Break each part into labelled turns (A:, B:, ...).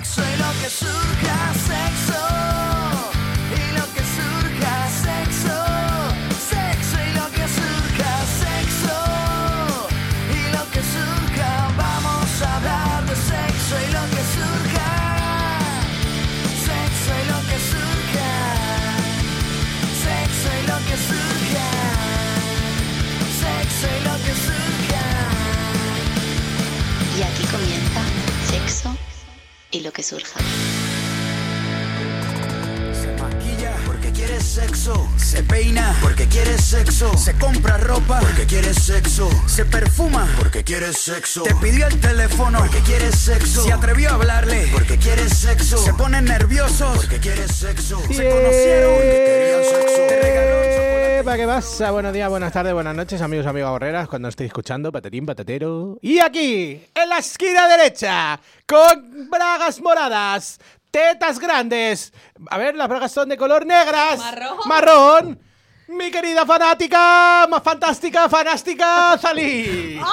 A: que surja sexo. Y lo que surja sexo. Sexo y lo que surja sexo. Y lo que surja, vamos a hablar de sexo y lo que surja. Sexo y lo que surja. Sexo y lo que surja. Sexo y lo que surja.
B: Y aquí comienza sexo y lo que surja.
C: Se maquilla porque quiere sexo. Se peina porque quiere sexo. Se compra ropa porque quiere sexo. Se perfuma porque quiere sexo. Te pidió el teléfono porque quiere sexo. Se atrevió a hablarle porque quiere sexo. Se ponen nerviosos porque quiere sexo. Se conocieron porque querían sexo. Te regaló el chocolate.
D: Epa, ¿Qué pasa? Buenos días, buenas tardes, buenas noches, amigos, amigas borreras, cuando estéis escuchando, patatín, patatero. Y aquí, en la esquina derecha, con bragas moradas, tetas grandes. A ver, las bragas son de color negras.
E: Marrón.
D: Marrón. Mi querida fanática, más fantástica, fanástica, Zalí.
E: Ah,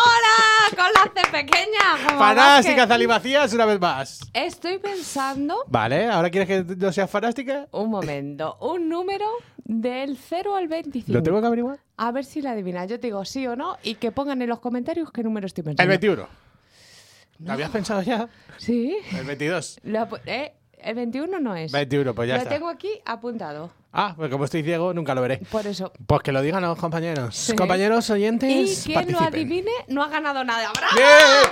E: ¡Hola! Con las de pequeña. como
D: Fanástica,
E: Vázquez.
D: Zalí Macías, una vez más.
E: Estoy pensando,
D: Vale, ¿ahora quieres que no seas fanástica?
E: un momento, un número del 0 al 25.
D: ¿Lo tengo que averiguar?
E: A ver si la adivinas. Yo te digo sí o no y que pongan en los comentarios qué número estoy pensando.
D: El 21. ¿Lo habías pensado ya?
E: Sí.
D: El 22.
E: Lo apu- eh, el 21 no es.
D: 21, pues ya
E: lo
D: está.
E: tengo aquí apuntado.
D: Ah, pues como estoy ciego, nunca lo veré.
E: Por eso.
D: Pues que lo digan los compañeros.
E: Sí.
D: Compañeros
E: Y
D: oyentes,
E: quien lo
D: participen.
E: adivine no ha ganado nada. ¡Bravo!
D: Bien.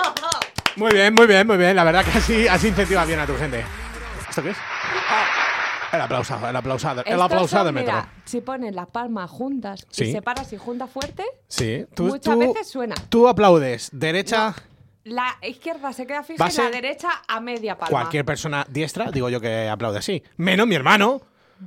D: Muy bien, muy bien, muy bien. La verdad que así, así incentivas bien a tu gente. ¿Esto qué es? El aplausado, el aplausado, el
E: Estos
D: aplausado
E: son,
D: de metro.
E: Ah. mira, si pones las palmas juntas
D: Sí.
E: y separas y juntas fuerte,
D: Sí,
E: muchas veces suena.
D: Tú aplaudes, derecha,
E: La izquierda se queda
D: Va
E: fija
D: a
E: y
D: ser-
E: la derecha a media palma.
D: cualquier persona diestra, digo yo que aplaude así. Menos mi hermano,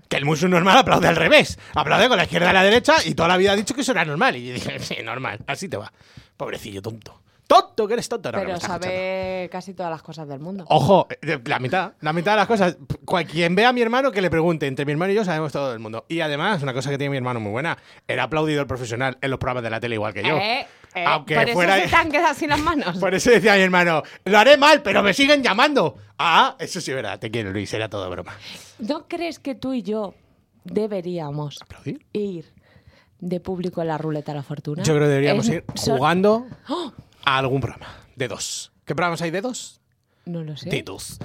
D: que el muso normal aplaude al revés. Aplaude con la izquierda a la derecha y toda la vida ha dicho que eso era normal. Y yo dije, sí, normal, así te va. Pobrecillo, tonto. Tonto, que eres tonto. No, que me
E: Pero
D: estás escuchando.
E: sabe casi todas las cosas del mundo.
D: Ojo, eh, la mitad, la mitad de las cosas. Cual- Quien vea a mi hermano que le pregunte, entre mi hermano y yo sabemos todo el mundo. Y además, una cosa que tiene mi hermano muy buena, era aplaudidor profesional en los programas de la tele igual que yo.
E: Eh, eh,
D: Aunque
E: por
D: fuera
E: eso se te han quedado sin las manos.
D: Por eso decía mi hermano, lo haré mal, pero me siguen llamando. Ah, eso sí, es verdad, te quiero Luis, era todo broma.
E: ¿No crees que tú y yo deberíamos
D: ¿Aplaudir?
E: ir de público a la ruleta de la fortuna?
D: Yo creo que deberíamos
E: En-
D: ir
E: so-
D: jugando
E: ¡Oh!
D: a algún programa de dos. ¿Qué programas hay de dos?
E: No lo sé.
D: Titus.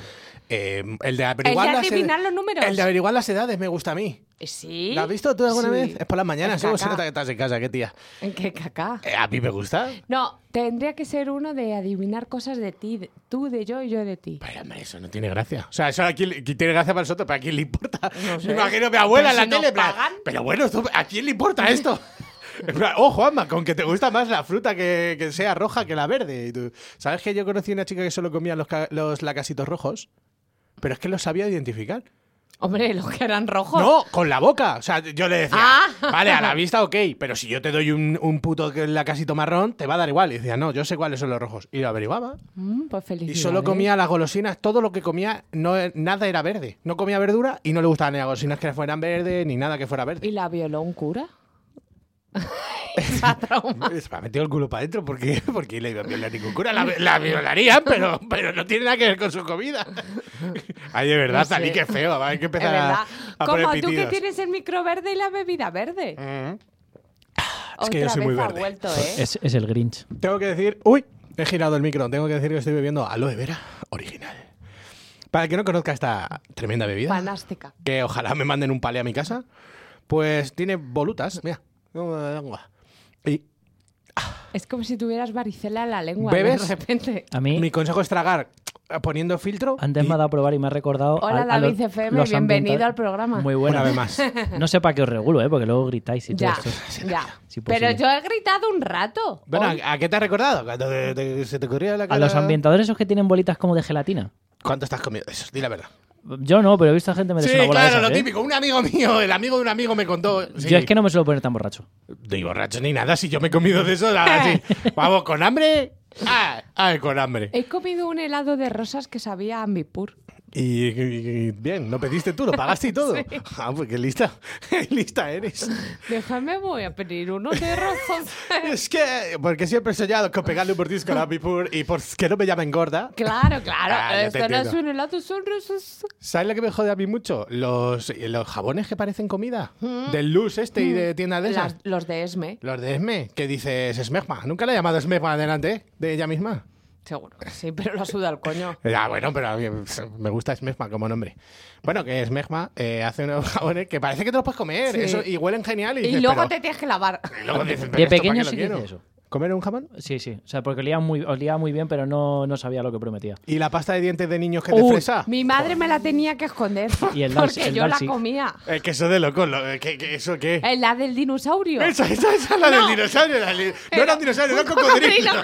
D: Eh, el de averiguar
E: El de
D: las ed-
E: adivinar los números.
D: El de averiguar las edades me gusta a mí.
E: ¿Sí?
D: ¿La has visto tú alguna
E: Sí.
D: vez? Es por las mañanas,
E: Qué
D: ¿cómo se
E: caca.
D: nota que estás en casa? ¿Qué tía?
E: Qué caca.
D: Eh, a mí me gusta.
E: No, tendría que ser uno de adivinar cosas de ti, de- tú de yo y yo de ti.
D: Pero hombre, eso no tiene gracia. O sea, eso aquí tiene gracia para nosotros, pero ¿a quién le importa?
E: No sé.
D: Me imagino a mi abuela en
E: Pero
D: la
E: si
D: tele.
E: nos
D: en plan,
E: pagan.
D: Pero bueno, esto- ¿a quién le importa esto? En plan, Oh, Juanma, con que te gusta más la fruta que, que sea roja que la verde. Y tú, ¿Sabes que yo conocí una chica que solo comía los, ca- los lacasitos rojos? Pero es que los sabía identificar.
E: Hombre, los que eran rojos.
D: No, con la boca. O sea, yo le decía,
E: Ah.
D: vale, a la vista, ok, pero si yo te doy un, un puto que- lacasito marrón, te va a dar igual. Y decía, no, yo sé cuáles son los rojos. Y lo averiguaba.
E: Mm, pues
D: Y
E: felicidades.
D: solo comía las golosinas, todo lo que comía, no, nada era verde. No comía verdura y no le gustaban ni las golosinas que fueran verdes, ni nada que fuera verde.
E: ¿Y la violó un cura? Esa trauma.
D: Se me ha metido el culo para adentro porque, porque le iba a violar ningún cura. La, la violarían, pero, pero no tiene nada que ver con su comida. Ay, de verdad,
E: No sé.
D: salí que feo. va, Hay que
E: Es
D: empezar a,
E: verdad.
D: Ah, a poner
E: Como tú que
D: pitidos.
E: tienes el micro verde y la bebida verde.
D: Mm.
E: Ah,
D: Es que yo
E: Otra
D: soy
E: vez
D: muy
E: ha
D: verde.
E: vuelto, ¿eh?
F: Es, es el Grinch.
D: Tengo que decir. ¡Uy! He girado el micro. Tengo que decir que estoy bebiendo aloe vera original. Para el que no conozca esta tremenda bebida,
E: Fanástica.
D: que ojalá me manden un palé a mi casa, pues tiene volutas. Mira, como de lengua. Y
E: Es como si tuvieras varicela en la lengua.
D: ¿Bebes? Ah,
E: ¿no? De repente.
F: A mí,
D: mi consejo es tragar eh, poniendo filtro.
F: antes
D: y-
F: me ha dado a probar y me ha recordado.
E: Hola,
F: al- a
E: David
F: los-
E: FM,
F: los
E: bienvenido
F: ambientales.
E: al programa.
F: Muy buena.
D: Una vez más.
F: No sé para qué os regulo, ¿eh? porque luego gritáis y todo
E: Ya,
F: esto.
E: ya.
F: Sí, pues
E: Pero
F: sí.
E: yo he gritado un rato.
D: Bueno,
E: Hoy-
D: ¿a, a qué te has recordado? Cuando te- te- se te ocurría la
F: A
D: cara-
F: los ambientadores esos que tienen bolitas como de gelatina.
D: ¿Cuánto estás comiendo de esos? Di la verdad.
F: Yo no, pero he visto a gente meterse
D: Sí,
F: una bola de
D: claro,
F: esas,
D: lo
F: ¿eh?
D: típico. Un amigo mío, el amigo de un amigo me contó. sí.
F: Yo es que no me suelo poner tan borracho.
D: Ni borracho ni nada, si yo me he comido de eso, ahora sí. Vamos, ¿con hambre? Ah, ah, con hambre.
E: He comido un helado de rosas que sabía a ambipur.
D: Y, y- y- bien, lo pediste tú, lo pagaste y todo. Ah, pues qué lista, qué lista eres.
E: Déjame, voy a pedir uno de razas.
D: Es que, porque siempre he soñado con pegarle un mordisco a la Bipur y por que no me llamen gorda.
E: claro, claro.
D: Ah, ya te
E: Esto no es
D: entiendo.
E: un helado, son rosas.
D: ¿Sabes lo que me jode a mí mucho? Los, los jabones que parecen comida. Del Luz este y de tiendas de esas.
E: Las- los de Esme,
D: Los de Esme, que dices Smegma. Nunca la he llamado Smegma delante ¿eh? de ella misma.
E: seguro que sí, pero la suda el coño.
D: Ah, bueno, pero a mí me gusta Smegma como nombre. Bueno, que Smegma eh, hace unos jabones que parece que te los puedes comer
E: Sí.
D: eso, y huelen genial. Y,
E: Y
D: dices,
E: luego
D: pero-
E: te tienes que lavar.
D: y luego dices, pero
F: De
D: ¿esto para
F: pequeño
D: qué lo
F: sí que hice
D: quiero?
F: eso.
D: ¿Comer un jamón?
F: Sí, sí. O sea, porque olía muy, olía muy bien, pero no, no sabía lo que prometía.
D: ¿Y la pasta de dientes de niños que es de
E: Uy,
D: fresa?
E: Mi madre me la tenía que esconder
F: Y el Dals-
E: porque
F: el
E: yo la
F: Dalsik.
E: comía.
D: Eh, que eso de loco, lo- eh, que, que eso qué.
E: Eh, La del dinosaurio.
D: Esa, esa, esa es la del dinosaurio. la li- no
E: Pero-
D: era un dinosaurio, era un
E: un
D: cocodrilo.
E: cocodrilo,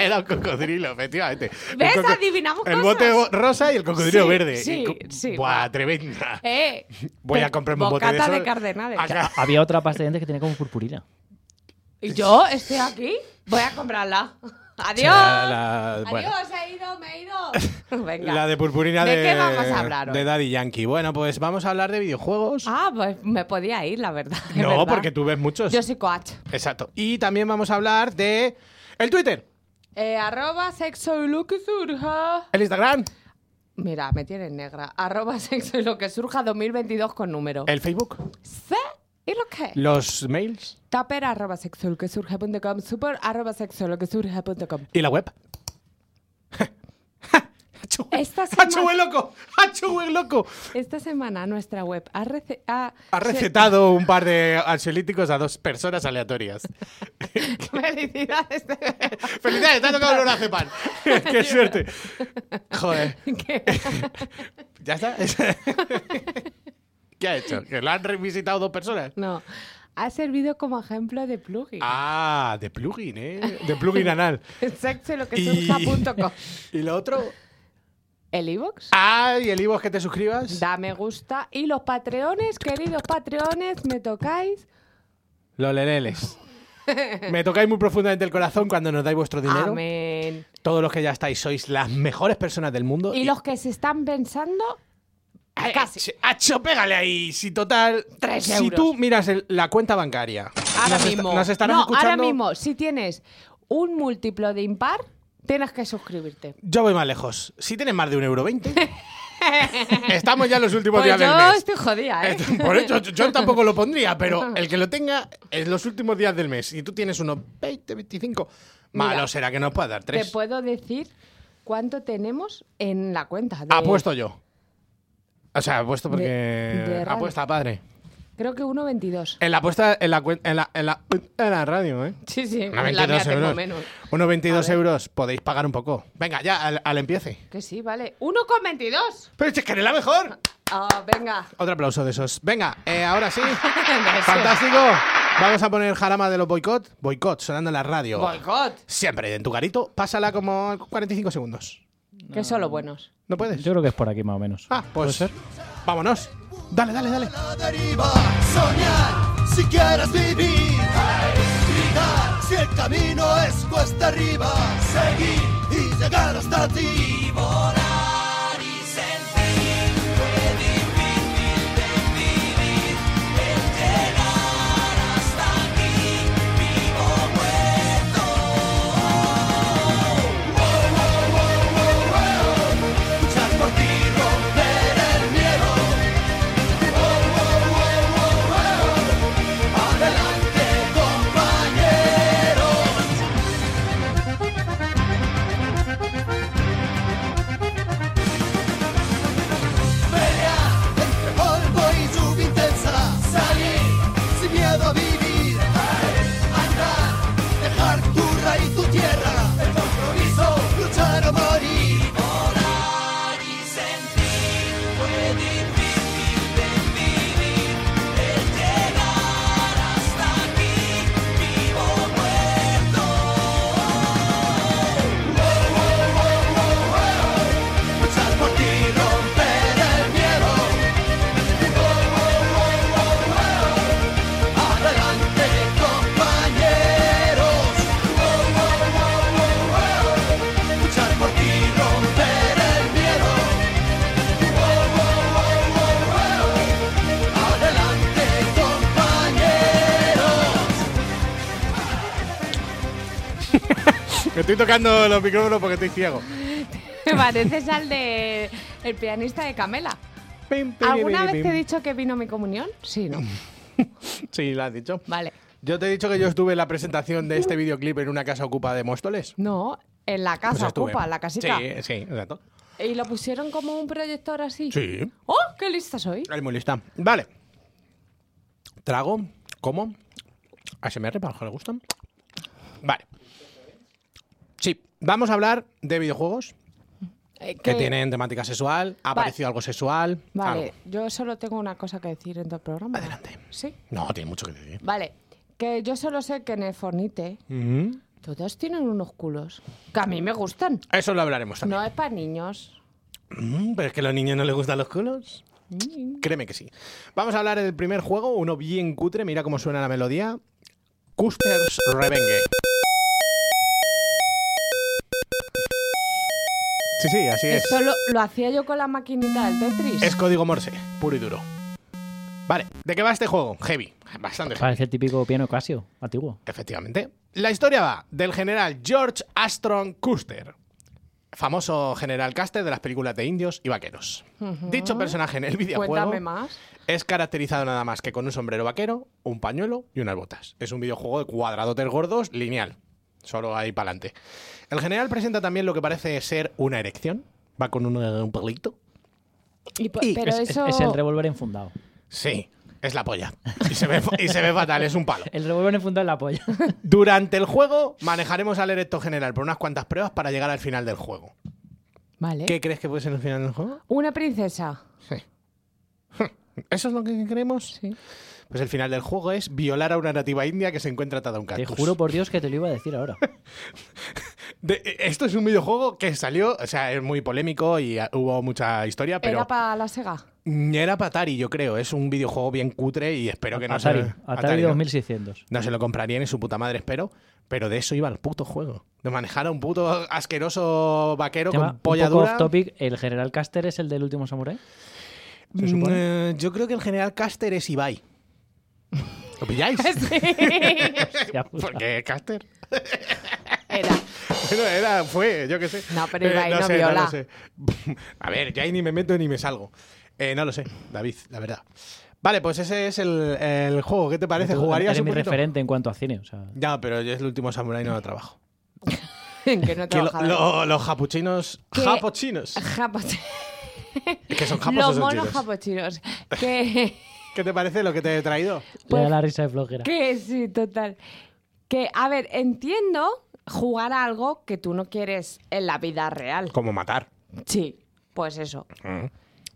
D: era un cocodrilo, efectivamente. El
E: ¿Ves? Adivinamos
D: El
E: cosas.
D: bote bo- rosa y el cocodrilo
E: Sí,
D: verde.
E: sí,
D: Y co-
E: sí,
D: Buah,
E: guau.
D: tremenda.
E: Eh,
D: Voy
E: pe-
D: a comprarme un bote de
E: bocata
D: eso.
E: de cardenales.
D: Acá.
F: Había otra pasta de dientes que tenía como purpurina.
E: Y yo estoy aquí, voy a comprarla. Adiós.
D: Será la- bueno.
E: Adiós, he ido, me he ido. Venga.
D: La de purpurina de,
E: ¿De qué vamos a hablar hoy?
D: de Daddy Yankee. Bueno, pues vamos a hablar de videojuegos.
E: Ah, pues me podía ir, la verdad. es
D: no,
E: verdad.
D: porque tú ves muchos.
E: Yo soy coach.
D: Exacto. Y también vamos a hablar de el Twitter,
E: Eh, arroba sexo y lo que surja.
D: el Instagram,
E: Mira, me tienen negra. Arroba sexo y lo que surja 2022 con número.
D: el Facebook,
E: ¿Sí? ¿Y lo que?
D: los mails
E: Taper arroba sexo y lo que surja punto com, Super arroba sexo y lo que surja punto com.
D: y la web.
E: Esta
D: ¡Hachu,
E: semana-
D: loco! ¡Hachu, loco!
E: Esta semana nuestra web ha, rece-
D: Ha recetado un par de ansiolíticos a dos personas aleatorias.
E: Felicidades.
D: ¡Felicidades! ¡Te ha tocado el lorazepam! ¡Qué suerte! Joder.
E: Que-
D: ¿Ya está? ¿Qué ha hecho? ¿Que lo han revisitado dos personas?
E: No. Ha servido como ejemplo de plugin.
D: Ah, de plugin, ¿eh? De plugin anal.
E: Sexo y lo que
D: Y-
E: surja.com.
D: ¿Y lo otro?
E: El iVoox.
D: Ah, y el Ivo es que te suscribas.
E: Da me gusta. Y los patreones, queridos patreones, me tocáis.
D: Los leleles. Me tocáis muy profundamente el corazón cuando nos dais vuestro dinero.
E: Amén.
D: Todos los que ya estáis sois las mejores personas del mundo.
E: Y los que se están pensando,
D: Ay,
E: Casi.
D: ch- eh, Acho, pégale ahí. Si total.
E: Tres
D: si
E: euros.
D: tú miras el- la cuenta bancaria.
E: ahora
D: nos est-
E: mismo.
D: nos estarán
E: no,
D: escuchando.
E: ahora mismo, si tienes un múltiplo de impar, tienes que suscribirte.
D: Yo voy más lejos. Si tienes más de un euro veinte. estamos ya en los últimos
E: Pues
D: días del
E: yo
D: mes.
E: estoy jodida, ¿eh?
D: Esto- Por eso yo, yo tampoco lo pondría, pero el que lo tenga en los últimos días del mes. Y tú tienes unos 20, 25. Malo
E: Mira,
D: será que nos pueda dar
E: Te
D: tres.
E: puedo decir cuánto tenemos en la cuenta. de-
D: Apuesto yo. O sea, apuesto porque.
E: de radio.
D: apuesta, padre.
E: Creo que 1,22.
D: En la apuesta, en la, cuen- en la, en la, en la radio, ¿eh?
E: Sí, sí,
D: Una
E: la mía
D: 22
E: tengo
D: euros.
E: menos.
D: Unos 22
E: A ver.
D: euros. Podéis pagar un poco. Venga, ya, al, al empiece.
E: Que sí, vale. ¡1,22!
D: Pero es que eres la mejor.
E: Ah, venga.
D: Otro aplauso de esos. Venga, eh, ahora sí. Fantástico. Vamos a poner jarama de los boicot. Boicot, sonando en la radio.
E: Boicot.
D: Siempre en tu garito. Pásala como 45 segundos.
E: Que solo buenos.
D: ¿No puedes?
F: Yo creo que es por aquí más o menos.
D: Ah, pues vámonos. Dale, dale, dale.
A: La deriva, soñar si quieres vivir, gritar si el camino es cuesta arriba, seguir y llegar hasta ti. volar y sentir, qué difícil de vivir, el llegar hasta aquí, vivo o muerto. Wow, wow, wow, wow, wow. Luchar por ti, romper el miedo. Adelante, compañeros.
D: Me estoy tocando los micrófonos porque estoy ciego.
E: Pareces al de el pianista de Camela.
D: Pim, pim,
E: ¿Alguna
D: pim,
E: vez
D: pim.
E: te he dicho que vino mi comunión? Sí, ¿no?
D: Sí, lo has dicho.
E: Vale.
D: Yo te he dicho que yo estuve en la presentación de este videoclip en una casa ocupada de Móstoles.
E: No, en la
D: Pues
E: casa
D: estuve.
E: ocupa, la casita.
D: Sí, sí, exacto.
E: Y lo pusieron como un proyector así.
D: Sí.
E: ¡Oh, qué lista soy!
D: Ahí muy lista. Vale. Trago, como. ASMR, para los que le gustan. Vale. Sí, vamos a hablar de videojuegos
E: Eh,
D: que
E: que-
D: tienen temática sexual. Ha aparecido algo sexual.
E: Vale,
D: algo.
E: yo solo tengo una cosa que decir en todo el programa.
D: Adelante.
E: Sí.
D: No, tiene mucho que decir.
E: Vale, que yo solo sé que en el Fornite
D: Ujú.
E: todos tienen unos culos que a mí me gustan.
D: Eso lo hablaremos también.
E: No es para niños.
D: Mm, ¿Pero es que a los niños no les gustan los culos? Créeme que sí. Vamos a hablar del primer juego, uno bien cutre, mira cómo suena la melodía. Custer's Revenge. Sí, sí, así es.
E: Esto lo, lo hacía yo con la maquinita del Tetris.
D: Es código Morse, puro y duro. Vale, ¿de qué va este juego? Heavy, bastante heavy.
F: Parece el típico piano Casio, antiguo.
D: Efectivamente. La historia va del general George Astron Custer, famoso general Custer de las películas de indios y vaqueros. Dicho personaje en el videojuego
E: Cuéntame más.
D: es caracterizado nada más que con un sombrero vaquero, un pañuelo y unas botas. Es un videojuego de cuadradotes gordos, lineal. Solo ahí para adelante. El general presenta también lo que parece ser una erección. Va con un, eh, un pelito.
E: Y po-
D: Y-
E: pero
F: es, es-
E: eso.
F: es el revólver enfundado.
D: Sí, es la polla. Y se ve, y se ve fatal, es un palo.
F: El revólver enfundado en la polla.
D: Durante el juego manejaremos al erecto general por unas cuantas pruebas para llegar al final del juego.
E: Vale.
D: ¿Qué crees que puede ser el final del juego?
E: Una princesa.
D: ¿Eso es lo que creemos?
E: Sí.
D: Pues el final del juego es violar a una nativa india que se encuentra atada a un
F: Te
D: cactus.
F: juro por Dios que te lo iba a decir ahora.
D: De- eh, esto es un videojuego que salió, o sea, es muy polémico y ah, hubo mucha historia, pero
E: Era para la Sega.
D: Mm, era para Atari, yo creo. Es un videojuego bien cutre y espero que no
F: Atari,
D: se...
F: Atari
D: ¿no?
F: 2600.
D: No se lo comprarían en su puta madre, espero. Pero de eso iba el puto juego. De manejar a un puto asqueroso vaquero
F: Tema
D: con polla
F: un poco
D: dura.
F: off topic, el general Caster es el del último samurái. ¿Se supone?
D: Mm, eh, yo creo que el general Caster es Ibai. ¿Lo pilláis?
F: Hostia puta.
D: ¿Por qué Caster?
E: Era.
D: Bueno, era, fue, yo qué sé. Eh,
E: No, pero Ibai no
D: sé,
E: viola.
D: lo sé. A ver, ya ahí ni me meto ni me salgo. Eh, no lo sé, David, la verdad. Vale, pues ese es el, el juego. ¿Qué te parece?
F: Tú
D: ¿Jugarías
F: Eres
D: un
F: mi
D: poquito?
F: referente en cuanto a cine. O sea,
D: Ya, pero yo es el último samurai no lo trabajo.
E: que no
D: Que lo-
E: trabajaba.
D: lo- los japuchinos...
E: Que-
D: ¡Japochinos!
E: Japo-
D: Es que son japos o
E: Los
D: son
E: monos
D: chinos.
E: japochinos. Que,
D: ¿Qué te parece lo que te he traído?
F: le
E: Pues-
F: da la risa de flojera.
E: que sí, total. Que, a ver, entiendo jugar a algo que tú no quieres en la vida real.
D: Como matar.
E: Sí, pues eso.
D: Mm.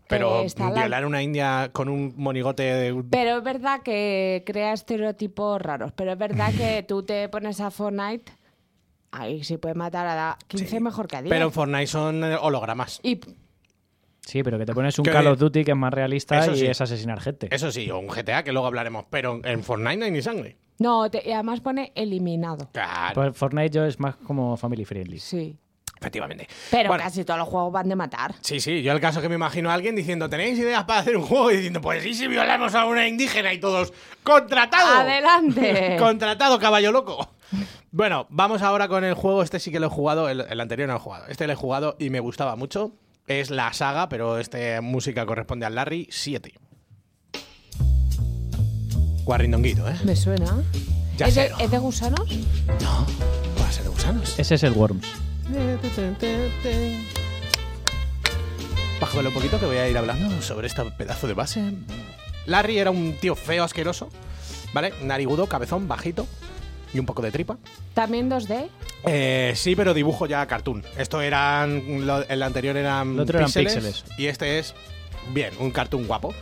D: Pero
E: Que está la-
D: violar a una india con un monigote de...
E: Pero es verdad que crea estereotipos raros. Pero es verdad que tú te pones a Fortnite, ahí sí puedes matar a la- 15 mejor que a 10.
D: Pero en Fortnite son eh, hologramas.
E: Y
F: Sí, pero que te pones un
D: Que-
F: Call of Duty que es más realista
D: Eso
F: y
D: sí.
F: es asesinar gente.
D: Eso sí, o un GTA, que luego hablaremos. Pero en Fortnite no hay ni sangre.
E: no, te- y además pone eliminado.
D: Claro,
F: Pues Fortnite yo es más como family friendly.
E: Sí.
F: Pues-
D: efectivamente.
E: Pero
D: Bueno,
E: casi todos los juegos van de matar.
D: Sí, sí, yo el caso que me imagino a alguien diciendo, ¿tenéis ideas para hacer un juego? Y diciendo, pues sí, si violamos a una indígena y todos, ¡contratado!
E: Adelante.
D: ¡Contratado, caballo loco! Bueno, vamos ahora con el juego, este sí que lo he jugado, el, el anterior no lo he jugado, este lo he jugado y me gustaba mucho. Es la saga, pero esta música corresponde al Larry 7. Guarrindonguito, ¿eh?
E: Me suena.
D: Ya
E: ¿Es, de,
D: sé.
E: es de gusanos?
D: No, va a ser de gusanos.
F: Ese es el Worms.
D: Bajo lo poquito que voy a ir hablando sobre este pedazo de base. Larry era un tío feo, asqueroso, ¿vale? Narigudo, cabezón, bajito y un poco de tripa.
E: También 2D.
D: Eh, sí, pero dibujo ya cartoon. Esto eran. lo- el anterior eran.
F: Lo otro eran píxeles.
D: Y este es. Bien, un cartoon guapo.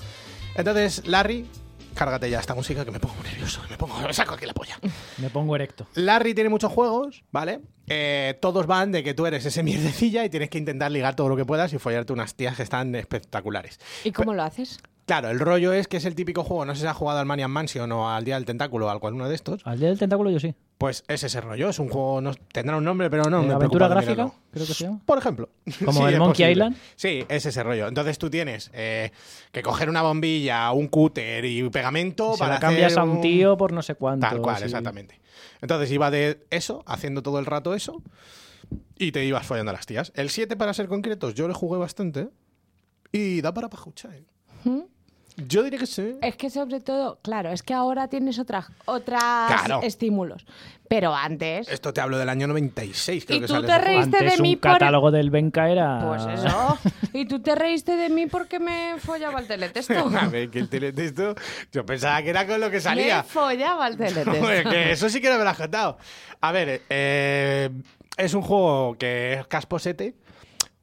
D: Entonces, Larry, cárgate ya esta música que me pongo nervioso, que me pongo. Me saco aquí la polla.
F: Me pongo erecto.
D: Larry tiene muchos juegos, ¿vale? Eh, todos van de que tú eres ese mierdecilla y tienes que intentar ligar todo lo que puedas y follarte unas tías que están espectaculares.
E: ¿Y cómo lo haces?
D: Claro, el rollo es que es el típico juego, no sé si has jugado al Maniac Mansion o al Día del Tentáculo o a alguno de estos.
F: Al día del tentáculo yo sí.
D: Pues es ese rollo, es un juego, no, tendrá un nombre, pero no.
F: Eh,
D: me preocupa
F: ¿aventura
D: de
F: gráfica?
D: mirarlo.
F: Creo que se llama.
D: Por ejemplo.
F: ¿Como
D: Sí,
F: el
D: es
F: Monkey
D: posible.
F: Island?
D: Sí, es ese rollo. Entonces tú tienes eh, que coger una bombilla, un cúter y pegamento
F: Se
D: para
F: la cambias
D: hacer
F: a un tío por no sé cuánto.
D: Tal cual,
F: sí.
D: exactamente. Entonces iba de eso, haciendo todo el rato eso, y te ibas follando a las tías. El 7, para ser concretos, yo le jugué bastante, ¿eh? y da para pajucha, ¿eh? Yo diría que sí.
E: Es que sobre todo, claro, es que ahora tienes otras otras
D: Claro.
E: estímulos. Pero antes,
D: Esto te hablo del año 96, creo
E: ¿Y
D: que
E: tú
D: sale
E: te
D: ese juego.
E: reíste
F: Antes
E: de mí
F: un
E: por-
F: catálogo del Benca era...
E: pues eso. y tú te reíste de mí porque me follaba el teletexto.
D: A ver, que el teletexto, yo pensaba que era con lo que
E: Me
D: salía.
E: follaba el teletexto.
D: Hombre, que eso sí que no me lo has contado. A ver, eh, es un juego que es casposete,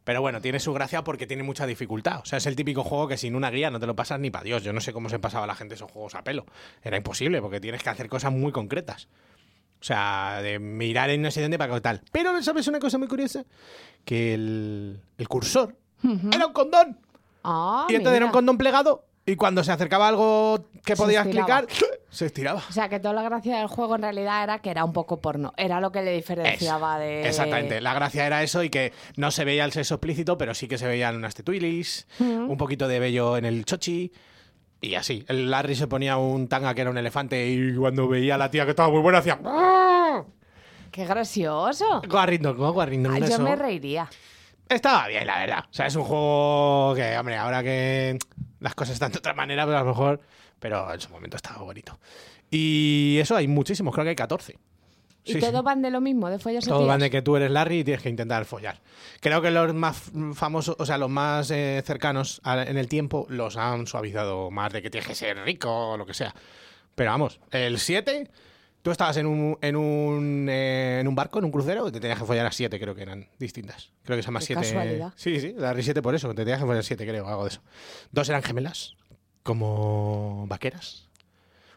D: pero bueno, tiene su gracia porque tiene mucha dificultad. O sea, es el típico juego que sin una guía no te lo pasas ni para Dios. Yo no sé cómo se pasaba a la gente esos juegos a pelo. Era imposible porque tienes que hacer cosas muy concretas. O sea, de mirar en no sé dónde para que tal. Pero, ¿sabes una cosa muy curiosa? Que el, el cursor era un condón.
E: Ah,
D: y entonces era
E: mira.
D: un condón plegado. Y cuando se acercaba algo que
E: Se
D: podías
E: estiraba.
D: clicar, se estiraba.
E: O sea, que toda la gracia del juego en realidad era que era un poco porno. Era lo que le diferenciaba
D: Eso.
E: de...
D: Exactamente. La gracia era eso y que no se veía el sexo explícito, pero sí que se veían unas tetuilis,
E: Mm.
D: un poquito de vello en el chochi. Y así, el Larry se ponía un tanga que era un elefante y cuando veía a la tía que estaba muy buena hacía...
E: ¡Ah! ¡Qué gracioso!
D: Guarrindón, ¿no? Guarrindón,
E: Ah, yo
D: Mm, eso.
E: me reiría.
D: Estaba bien, la verdad. O sea, es un juego que, hombre, ahora que las cosas están de otra manera, pero a lo mejor... Pero en su momento estaba bonito. Y eso hay muchísimos, creo que hay 14.
E: Y
D: Sí, sí.
E: todo van de lo mismo, de follas y
D: Todo
E: tías.
D: van de que tú eres Larry y tienes que intentar follar. Creo que los más f- famosos, o sea, los más eh, cercanos a- en el tiempo los han suavizado más de que tienes que ser rico o lo que sea. Pero vamos, el 7, tú estabas en un, en un, eh, en un barco, en un crucero, y te tenías que follar a 7, creo que eran distintas. Creo que se llama
E: Qué
D: 7.
E: casualidad.
D: Sí, sí, Larry 7 por eso, que te tenías que follar 7, creo, algo de eso. Dos eran gemelas, como vaqueras.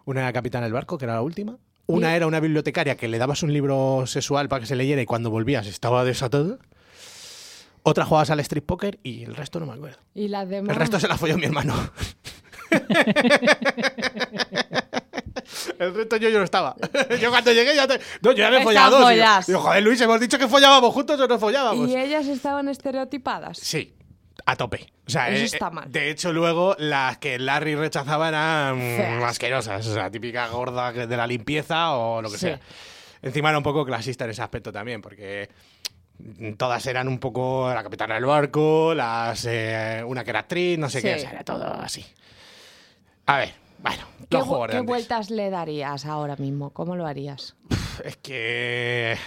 D: Una era capitán del barco, que era la última. Una era una bibliotecaria que le dabas un libro sexual para que se leyera y cuando volvías estaba desatada. Otra jugabas al street poker y el resto no me acuerdo.
E: Y las demás...
D: El resto se la folló mi hermano. El resto yo, yo no estaba. Yo cuando llegué ya te... No, yo ya me he
E: Estás
D: follado dos. Y yo-
E: follas.
D: Digo, joder, Luis, hemos dicho que follábamos juntos o no follábamos.
E: Y ellas estaban estereotipadas.
D: Sí, a tope. O sea,
E: Eso
D: eh,
E: está
D: eh,
E: mal.
D: De hecho, luego las que Larry rechazaba eran
E: Feas.
D: mm, asquerosas. O sea, típica gorda que- de la limpieza o lo que
E: Sí.
D: sea. Encima era un poco clasista en ese aspecto también, porque mm, todas eran un poco la capitana del barco, las eh, una que era actriz, no sé
E: Sí.
D: qué. O sea, era todo así. A ver, bueno,
E: ¿Qué,
D: los
E: gu-
D: juegos de
E: qué
D: antes.
E: vueltas le darías ahora mismo? ¿Cómo lo harías?
D: Es que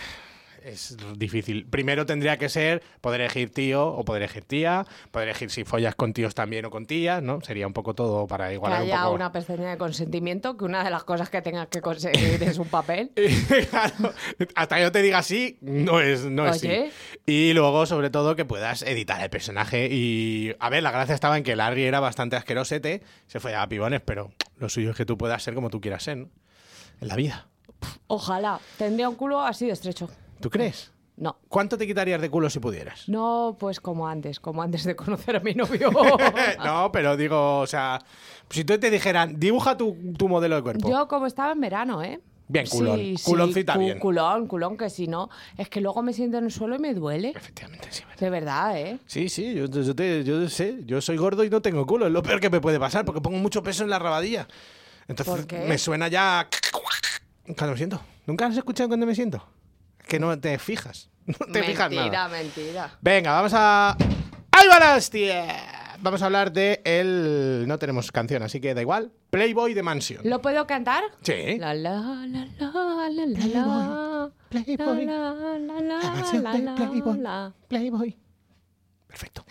D: es difícil. Primero tendría que ser poder elegir tío o poder elegir tía, poder elegir si follas con tíos también o con tías, ¿no? Sería un poco todo para igualar
E: que
D: un
E: haya
D: poco.
E: una pestaña de consentimiento, que una de las cosas que tengas que conseguir es un papel.
D: Claro, hasta que yo te diga sí, no es, no es sí.
E: Oye.
D: Y luego, sobre todo, que puedas editar el personaje. Y a ver, la gracia estaba en que Larry era bastante asquerosete, se follaba a pibones, pero lo suyo es que tú puedas ser como tú quieras ser, ¿no? En la vida.
E: Ojalá. Tendría un culo así de estrecho.
D: ¿Tú crees?
E: No.
D: ¿Cuánto te quitarías de culo si pudieras?
E: No, pues como antes, como antes de conocer a mi novio.
D: no, pero digo, o sea, si tú te dijeran, dibuja tu, tu modelo de cuerpo.
E: Yo como estaba en verano, ¿eh?
D: Bien, culón. Culoncita bien.
E: Culón, culón, que si no, es que luego me siento en el suelo y me duele.
D: Efectivamente, sí. ¿verdad?
E: De verdad, ¿eh?
D: Sí, sí, yo, yo te- yo sé, yo soy gordo y no tengo culo, es lo peor que me puede pasar, porque pongo mucho peso en la rabadilla. Entonces
E: ¿Por qué?
D: me suena ya... Cuando me siento. ¿Nunca has escuchado cuando me siento? Es que no te fijas, no te fijas nada.
E: mentira, mentira.
D: Venga, vamos a. ¡Ahí va la hostia! Vamos a hablar de el. No tenemos canción, así que da igual. Playboy de Mansion.
E: ¿Lo puedo cantar?
D: Sí.
E: La la la la la la la
D: Playboy.
E: La, la, la, la,
D: La canción
E: la,
D: de
E: la,
D: Playboy.
E: la.
D: Playboy. Perfecto.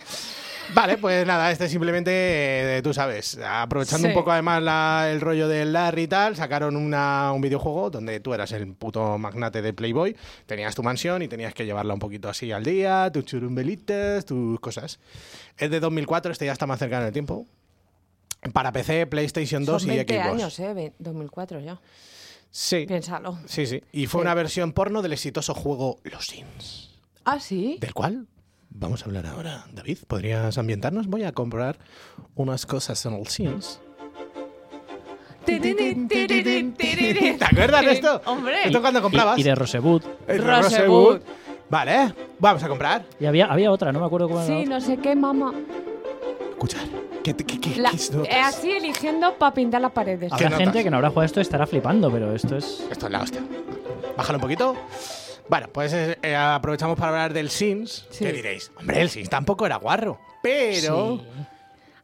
D: Vale, pues nada, este simplemente, eh, tú sabes, aprovechando
E: Sí.
D: un poco además la- el rollo del Larry y tal, sacaron una- un videojuego donde tú eras el puto magnate de Playboy, tenías tu mansión y tenías que llevarla un poquito así al día, tus churumbelitas, tus cosas. Es de 2004, este ya está más cercano en el tiempo. Para PC, PlayStation 2
E: Son
D: y
E: 20
D: Xbox.
E: años, ¿eh? Ve- 2004 ya.
D: Sí,
E: Piénsalo.
D: sí, sí. Y fue
E: Sí.
D: una versión porno del exitoso juego Los Sims.
E: Ah, sí.
D: del cual vamos a hablar ahora. David, ¿podrías ambientarnos? Voy a comprar unas cosas en el Sims. ¿Te acuerdas de esto?
E: Hombre.
D: ¿Esto cuando comprabas?
F: Y, y de Rosewood.
D: Eh,
E: Rosewood.
D: Vale, vamos a comprar.
F: Y había, había otra, no me acuerdo cuál era.
E: Sí,
F: la otra.
E: no sé qué, mamá.
D: Escuchar. ¿Qué, qué, qué, qué
E: La-
D: es lo que
E: eh,
D: es?
E: así eligiendo para pintar las paredes.
D: ¿Qué
F: Habrá
D: notas?
F: gente que no habrá jugado esto y estará flipando, pero esto es.
D: Esto es la hostia. Bájalo un poquito. Bueno, pues eh, eh, aprovechamos para hablar del Sims.
E: Sí.
D: ¿Qué diréis? Hombre, el Sims tampoco era guarro. Pero.
E: Sí.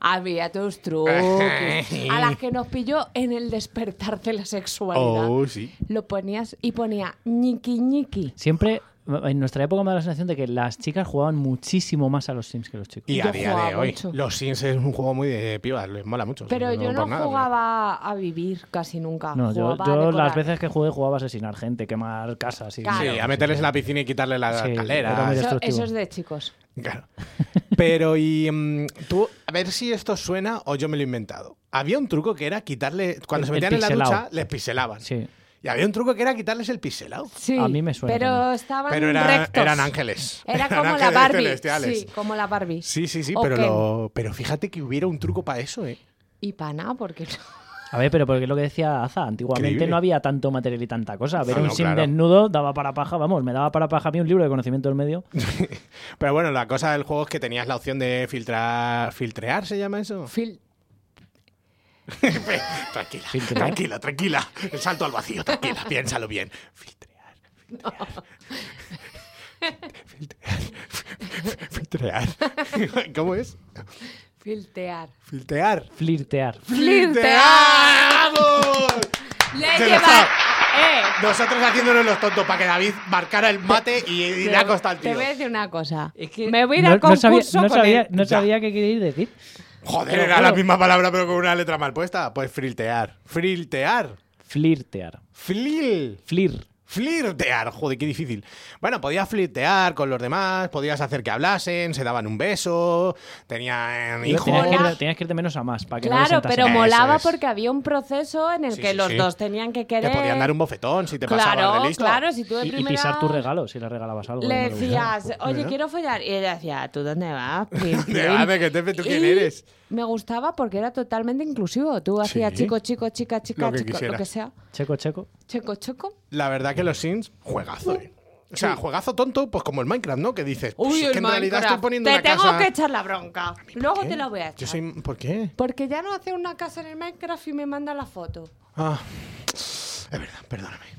E: Había tus truques. a las que nos pilló en el despertar de la sexualidad.
D: Oh, sí.
E: Lo ponías y ponía ñiqui ñiqui.
F: Siempre, en nuestra época me da la sensación de que las chicas jugaban muchísimo más a los Sims que los chicos.
D: Y
E: Yo
D: a día de
E: jugaba
D: hoy,
E: mucho.
D: los Sims es un juego muy de pibas, les mola mucho.
E: Pero yo
D: por
E: no
D: Pues nada,
E: jugaba a vivir casi nunca.
F: No, yo,
E: Jugaba a
F: yo
E: decorar.
F: las veces que jugué jugaba a asesinar gente, quemar casas y
E: Claro.
D: Sí, a meterles en la piscina y quitarle la
F: Sí,
D: escalera.
F: era muy
E: Eso,
F: destructivo.
E: eso es de chicos.
D: Claro. Pero y mm, tú, a ver si esto suena o yo me lo he inventado. Había un truco que era quitarle, cuando
F: El-
D: se metían
F: el
D: en la
F: pixelao.
D: ducha, les pixelaban.
F: Sí.
D: Y había un truco que era quitarles el pixelado.
E: Sí,
F: A mí me suena
E: Pero
F: también.
E: estaban
D: Pero era-
E: rectos.
D: eran ángeles.
E: Era
D: Eran
E: como la
D: ángeles
E: Barbie.
D: celestiales.
E: Sí, como la Barbie.
D: Sí, sí, sí,
E: O
D: pero,
E: Ken.
D: lo- pero fíjate que hubiera un truco para eso, ¿eh?
E: Y para nada, porque
F: A ver, pero porque lo que decía Aza, antiguamente
D: Increíble.
F: no había tanto material y tanta cosa. Ver
D: Ah,
F: un
D: no,
F: Sim
D: claro.
F: desnudo daba para paja, vamos, me daba para paja a mí un libro de conocimiento del medio.
D: Pero bueno, la cosa del juego es que tenías la opción de filtrar. ¿Filtrear se llama eso?
E: Phil
D: tranquila,
F: ¿Filtrear?
D: tranquila, tranquila. El salto al vacío, tranquila, piénsalo bien. Filtrear, filtrear. Filtrear, filtrear. ¿Cómo es?
E: filtear.
D: Filtear.
F: Flirtear.
E: ¡Flirtear!
D: ¡Vamos!
E: Le
D: Se
E: lleva-
D: lo sabe.
E: ¡Eh!
D: Nosotros haciéndonos los tontos para que David marcara el mate y, y la costa al
E: Te
D: tío.
E: voy a decir una cosa.
F: Es que-
E: Me voy a ir
F: No-
E: al concurso
F: no sabía, no
E: con
F: sabía,
E: él.
F: no
D: Ya.
F: sabía qué queréis decir.
D: Joder,
F: Pero
D: era
F: bueno.
D: la misma palabra pero con una letra mal puesta. Pues friltear. Friltear.
F: Flirtear.
D: Flil.
F: Flir.
D: Flirtear, joder, qué difícil. Bueno, podías flirtear con los demás, podías hacer que hablasen, se daban un beso, tenían
F: Tienes
D: hijos.
F: que, irte,
E: Hola.
F: tenías que irte menos a más para que no
E: Claro,
F: te sientas
E: pero
F: mal.
D: Eso
E: molaba
D: es.
E: porque había un proceso en el
D: Sí,
E: que
D: sí,
E: los
D: sí.
E: dos tenían que
D: Te
E: querer.
D: podían dar un bofetón si te pasabas
E: Claro,
D: de listo.
E: claro, si tú de
F: Y- y,
E: primera
F: pisar tu regalo si le regalabas algo.
E: Le
F: que no gustaba.
E: decías, oye, quiero follar. Y ella decía, ¿tú dónde vas? Pim,
D: pues, ¿Dónde
E: pim.
D: vas? ¿De qué te- tú quién
E: Y
D: eres?
E: Me gustaba porque era totalmente inclusivo. Tú hacías
D: Sí.
E: chico, chico, chica, chica,
D: Lo que
E: chico,
D: quisieras.
E: lo que sea.
F: Checo, checo.
E: Checo, checo.
D: La verdad que los Sims, juegazo, ¿eh? O sea, juegazo tonto, pues como el Minecraft, ¿no? Que dices, pues, es que en realidad estoy poniendo
E: te
D: una
E: tengo
D: casa...
E: que echar la bronca. Luego
D: ¿Qué?
E: te la voy a echar.
D: Yo soy... ¿Por qué?
E: Porque ya no hace una casa en el Minecraft y me manda la foto.
D: Ah, es verdad, perdóname.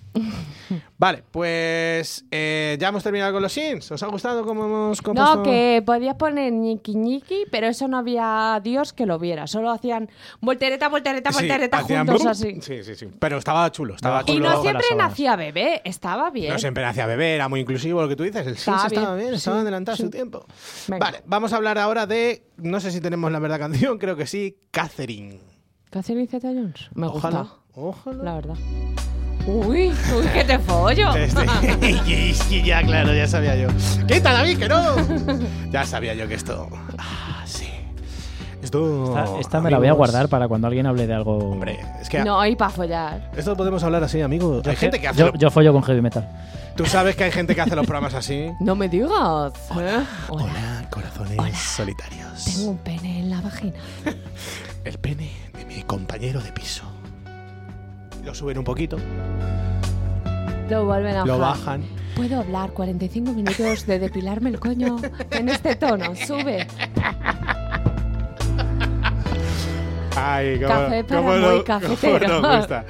D: Vale, pues eh, ya hemos terminado con los Sims. ¿Os ha gustado cómo hemos compuesto?
E: No, que podías poner ñiqui ñiqui, pero eso no había Dios que lo viera. Solo hacían voltereta, voltereta,
D: Sí,
E: voltereta
D: hacían
E: juntos
D: brum.
E: así.
D: Sí, sí, sí. Pero estaba chulo, estaba
F: Y
E: Y
D: chulo.
E: no
F: Luego
E: siempre
F: con las
E: nacía bebé, estaba bien.
D: No siempre hacía beber, era muy inclusivo lo que tú dices. El Sims
E: Estaba bien,
D: estaba bien, estaba
E: sí,
D: adelantado a su
E: sí.
D: tiempo.
E: Venga.
D: Vale, vamos a hablar ahora de. No sé si tenemos la verdad canción, creo que sí. Catherine.
E: Catherine Zeta Jones. Me
D: Ojalá.
E: gusta,
D: Ojalá.
E: la verdad. Uy, uy, que te follo.
D: Este- y sí, ya, claro, ya sabía yo. ¡Quita, David, que no! Ya sabía yo que esto. Ah, sí. Esto.
F: Esta, esta me la voy a
D: Oh, amigos,
F: guardar para cuando alguien hable de algo.
D: Hombre, es que.
E: No, y para follar.
D: Esto podemos hablar así, amigo. Hay gente que hace.
F: yo,
D: lo-
F: yo follo con heavy metal.
D: Tú sabes que hay gente que hace los programas así.
E: No me digas. ¿eh? Hola,
D: Hola, corazones solitarios.
E: Tengo un pene en la vagina.
D: el pene de mi compañero de piso. Lo suben un poquito,
E: Lo vuelven a
D: lo
E: bajar.
D: bajan.
E: Puedo hablar 45 minutos de depilarme el coño en este tono. Sube.
D: Ay, cómo,
E: Café para
D: cómo
E: muy
D: no-
E: cafetero.
D: cómo nos gusta.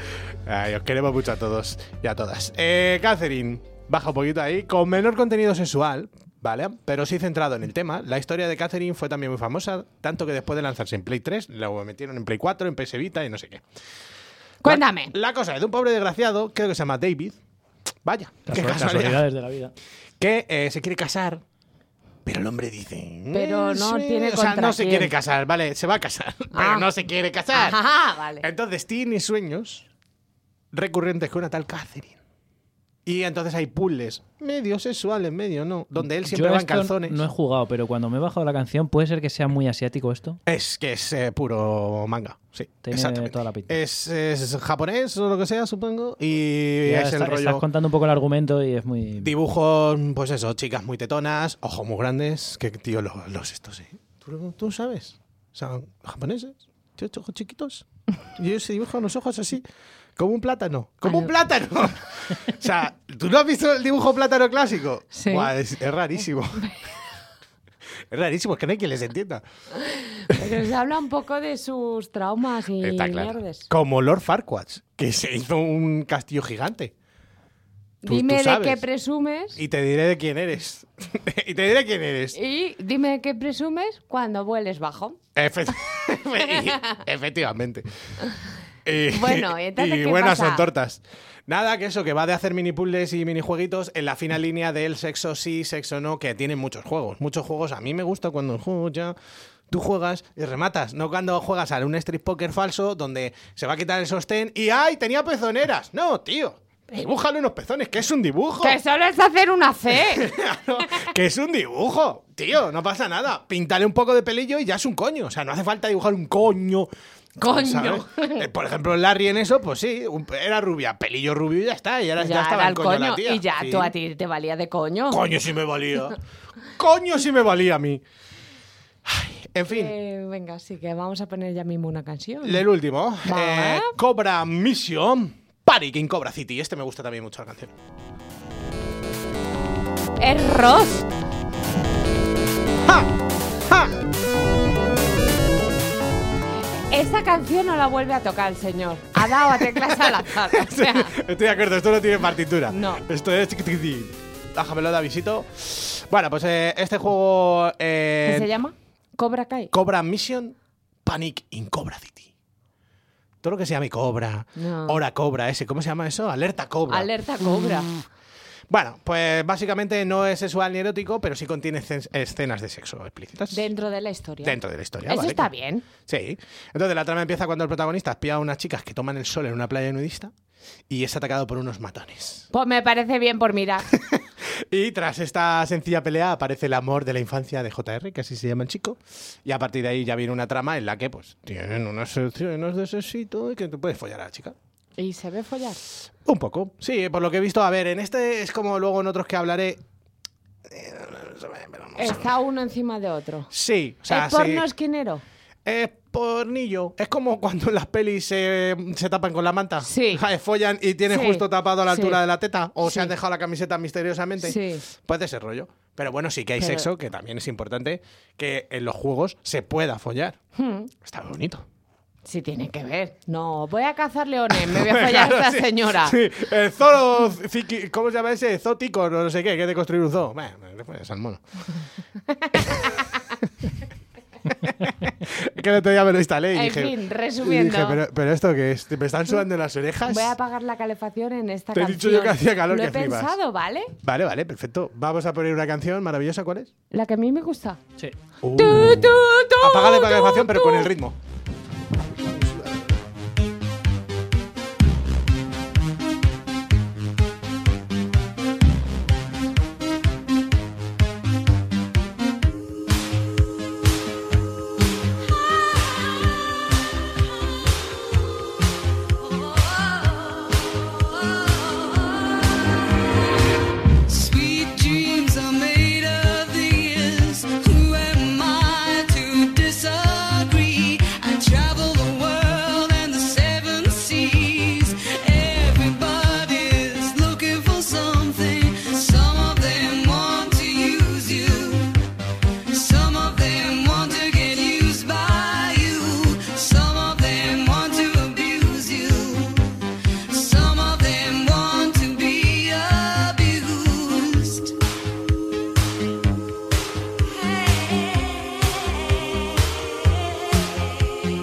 D: Ay, os queremos mucho a todos y a todas. Eh, Catherine, baja un poquito ahí, con menor contenido sexual, ¿vale? Pero sí centrado en el tema. La historia de Catherine fue también muy famosa, tanto que después de lanzarse en Play 3, lo metieron en Play 4, en PS Vita y no sé qué.
E: Cuéntame.
D: La, la cosa es de un pobre desgraciado, creo que se llama David. Vaya, qué
F: Casual-
D: casualidad.
F: Casualidades de la vida.
D: que eh, se quiere casar, pero el hombre dice.
E: Pero
D: "Eh,
E: no
D: sí".
E: tiene
D: O sea,
E: contra
D: no se
E: quién.
D: quiere casar, vale, se va a casar, pero
E: Ah.
D: no se quiere casar.
E: Ajá, Ah, vale.
D: Entonces tiene sueños recurrentes con una tal Catherine. Y entonces hay puzzles medio sexuales, medio no, donde él siempre
F: Yo
D: va en
F: esto
D: calzones.
F: No he jugado, pero cuando me he bajado la canción, puede ser que sea muy asiático esto.
D: Es que es eh, puro manga, sí.
F: Tiene
D: exactamente.
F: toda la pinta.
D: Es, es japonés o lo que sea, supongo. Y
F: Ya
D: es
F: está-
D: el rollo.
F: Estás contando un poco el argumento y es muy.
D: Dibujos, pues eso, chicas muy tetonas, ojos muy grandes. Que tío, los, los estos, ¿eh? ¿Tú, tú sabes? O sea, japoneses. Tiene ojos chiquitos. Y ellos se dibujan los ojos así. Como un plátano. ¡Como
E: Ay,
D: un
E: no.
D: plátano! o sea, ¿tú no has visto el dibujo plátano clásico?
E: Sí.
D: Buah, es, es rarísimo. es rarísimo, es que no hay quien les entienda.
E: Pero se habla un poco de sus traumas y
D: Está claro.
E: mierdes.
D: Como Lord Farquaad, que se hizo un castillo gigante. Tú- tú
E: Dime de
D: sabes.
E: qué presumes y...
D: Y te diré de quién eres. y te diré quién eres.
E: dime de qué presumes cuando vueles bajo.
D: Efect- Efectivamente. Y-
E: Bueno, entonces,
D: y
E: ¿qué
D: buenas
E: pasa?
D: son tortas. Nada, que eso, que va de hacer mini puzzles y minijueguitos en la fina línea del sexo sí, sexo no, que tienen muchos juegos. Muchos juegos, a mí me gusta cuando el juego ya tú juegas y rematas, no cuando juegas a un strip poker falso donde se va a quitar el sostén y ¡ay! Tenía pezoneras. No, tío. Dibújale unos pezones, que es un dibujo.
E: Que solo es hacer una C.
D: Claro, que es un dibujo, tío, no pasa nada. Pintale un poco de pelillo y ya es un coño. O sea, no hace falta dibujar un coño.
E: Coño.
D: ¿sabes? Eh, Por ejemplo, Larry en eso, pues sí, un- era rubia, pelillo rubio y ya está. Y ahora ya,
E: ya,
D: estaba
E: era
D: el coño, la tía.
E: y ya
D: Sí.
E: tú a ti te valía de coño.
D: Coño si me valía. coño si me valía a mí. Ay, en fin,
E: Eh, venga, sí que vamos a poner ya mismo una canción.
D: el último.
E: Va.
D: eh, Cobra Mission. Party King Cobra City. Este me gusta también mucho la canción.
E: Es Ross.
D: ¡Ja! ¡Ja!
E: Esta canción no la vuelve a tocar el señor. Ha dado a teclas al azar. O sea,
D: Estoy de acuerdo, esto no tiene partitura.
E: No.
D: Esto es. tic, tic, tic. Bájamelo, Davisito. Bueno, pues eh, este juego. eh,
E: ¿Qué se llama? Cobra Kai.
D: Cobra Mission Panic in Cobra City. Todo lo que se llame Cobra,
E: No.
D: Hora Cobra, ese, ¿cómo se llama eso? Alerta Cobra.
E: Alerta Cobra.
D: bueno, pues básicamente no es sexual ni erótico, pero sí contiene escen- escenas de sexo explícitas.
E: Dentro de la historia.
D: Dentro de la historia.
E: Eso
D: ¿vale?
E: está bien.
D: Sí. Entonces la trama empieza cuando el protagonista espía a unas chicas que toman el sol en una playa nudista y es atacado por unos matones.
E: Pues me parece bien por mirar.
D: Y tras esta sencilla pelea aparece el amor de la infancia de JR, que así se llama el chico. Y a partir de ahí ya viene una trama en la que pues tienen unas opciones de sexito y que tú puedes follar a la chica.
E: ¿Y se ve follar?
D: Un poco. Sí, por lo que he visto, a ver, en este es como luego en otros que hablaré. Eh,
E: Está uno encima de otro.
D: Sí, o sea,
E: ¿Es porno
D: sí.
E: esquinero?
D: Es pornillo. Es como cuando en las pelis se, se tapan con la manta.
E: Sí.
D: Ja, Follan y tienen
E: Sí.
D: justo tapado a la
E: Sí.
D: altura de la teta. O se
E: Sí.
D: han dejado la camiseta misteriosamente.
E: Sí.
D: Pues de ese rollo. Pero bueno, sí que hay
E: Pero-
D: sexo, que también es importante que en los juegos se pueda follar.
E: Hmm,
D: Está bonito.
E: Sí, tiene que ver. No, voy a cazar leones, me voy a follar a esta
D: Pues Sí,
E: señora.
D: Sí, el zoo, ziqui- ¿cómo se llama ese? Zótico, no sé qué, que es de construir un zoo. Bueno, le follas al mono. que el otro día me lo instalé y
E: En
D: dije.
E: fin, resumiendo.
D: dije, pero, pero esto que es, me están sudando las orejas.
E: Voy a apagar la calefacción en esta
D: Te he
E: canción.
D: dicho yo que hacía calor
E: Lo
D: que
E: he
D: flipas.
E: pensado, ¿vale?
D: Vale, vale, perfecto. Vamos a poner una canción maravillosa, ¿cuál es?
E: La que a mí me gusta.
F: Sí.
D: Uh.
E: Tu, tu, tu,
D: Apaga la
E: tu,
D: calefacción, pero
E: tu.
D: con el ritmo.
A: Sweet dreams are made of these. Who am I to disagree? I travel the world and the seven seas. Everybody's looking for something. Some of them want to use you. Some of them want to get used by you. Some of them want to abuse you. Some of them want to be abused. Uh-huh.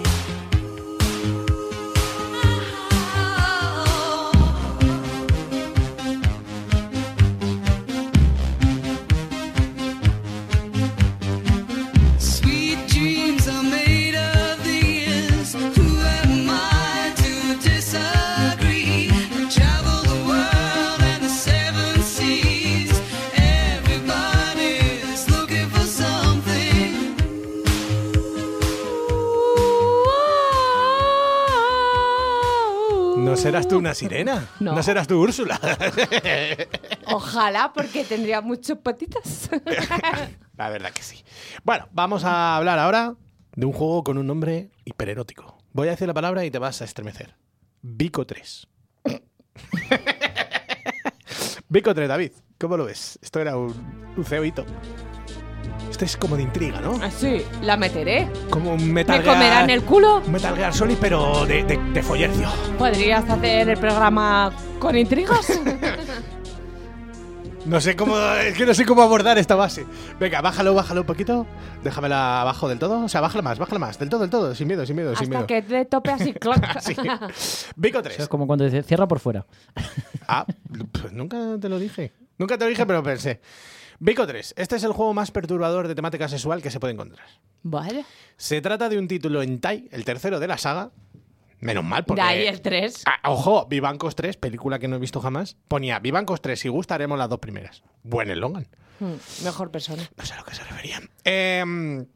A: Sweet dreams are made of these. Who am I to disagree? I travel the world and the seven seas. Everybody's looking for something.
D: ¿No serás tú una sirena?
E: No.
D: ¿No serás tú Úrsula?
E: Ojalá, porque tendría muchas patitas.
D: La verdad que sí. Bueno, vamos a hablar ahora de un juego con un nombre hipererótico. Voy a decir la palabra y te vas a estremecer. Bico 3. Bico 3, David. ¿Cómo lo ves? Esto era un, un ceoito. Este es como de intriga, ¿no?
E: Así, la meteré.
D: Como un Metal
E: Ah. ¿Me comerán
D: Gear-
E: el culo?
D: Metal Gear Solid, pero de, de, de follercio.
E: ¿Podrías hacer el programa con
D: Pues
E: intrigas?
D: No sé cómo, es que no sé cómo abordar esta base. Venga, bájalo, bájalo un poquito. Déjamela abajo del todo. O sea, bájala más, bájala más. Del todo, del todo. Sin miedo, sin miedo, sin miedo.
E: Hasta que te tope así, clac.
D: Sí. Vico
F: Eso es
D: 3.
F: como cuando dice cierra por fuera.
D: Ah, pues nunca te lo dije. Nunca te lo dije, pero pensé. Vico 3. Este es el juego más perturbador de temática sexual que se puede encontrar.
E: Vale.
D: Se trata de un título en Tai, el tercero de la saga. Menos mal, porque.
E: De ahí el 3.
D: Ah, ojo, Vivancos 3, película que no he visto jamás. Ponía Vivancos 3, si gusta, haremos las dos primeras. Buen eslogan.
E: Mejor persona.
D: No sé a lo que se referían. Em,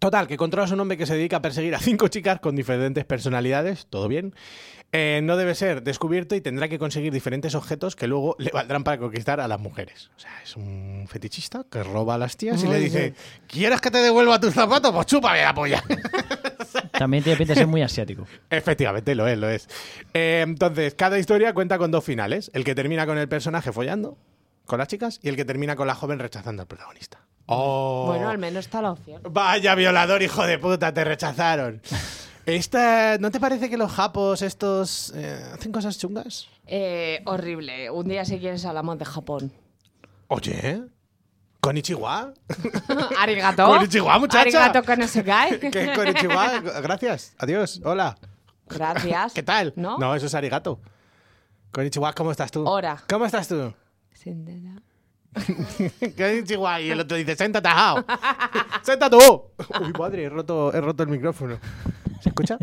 D: total, que controlas un hombre que se dedica a perseguir a cinco chicas con diferentes personalidades, todo bien. Eh, no debe ser descubierto y tendrá que conseguir diferentes objetos que luego le valdrán para conquistar a las mujeres. O sea, es un fetichista que roba a las tías y le dice, ¿quieres que te devuelva tus zapatos? Pues chúpame la polla.
F: También tiene pinta de ser muy asiático.
D: Efectivamente, lo es, lo es. Eh, entonces, cada historia cuenta con dos finales. El que termina con el personaje follando con las chicas y el que termina con la joven rechazando al protagonista. Oh.
E: Bueno, al menos está la opción.
D: Vaya violador, hijo de puta, te rechazaron. Esta, ¿No te parece que los japos estos eh, hacen cosas chungas?
E: Eh, horrible. Un día si quieres hablamos de Japón.
D: Oye, con Ichiwa.
E: Arigato.
D: Konnichiwa, muchacha.
E: Arigato konesekai.
D: ¿Qué con Ichiwa? Gracias, adiós, hola.
E: Gracias.
D: ¿Qué tal?
E: ¿No?
D: eso es arigato. Con Ichiwa, ¿cómo estás tú?
E: Hola.
D: ¿Cómo estás tú?
E: Sendera.
D: Con Ichiwa. Y el otro dice, séntate, ajao. Séntate. tú. Uy, madre, he roto, he roto el micrófono. ¿Se escucha?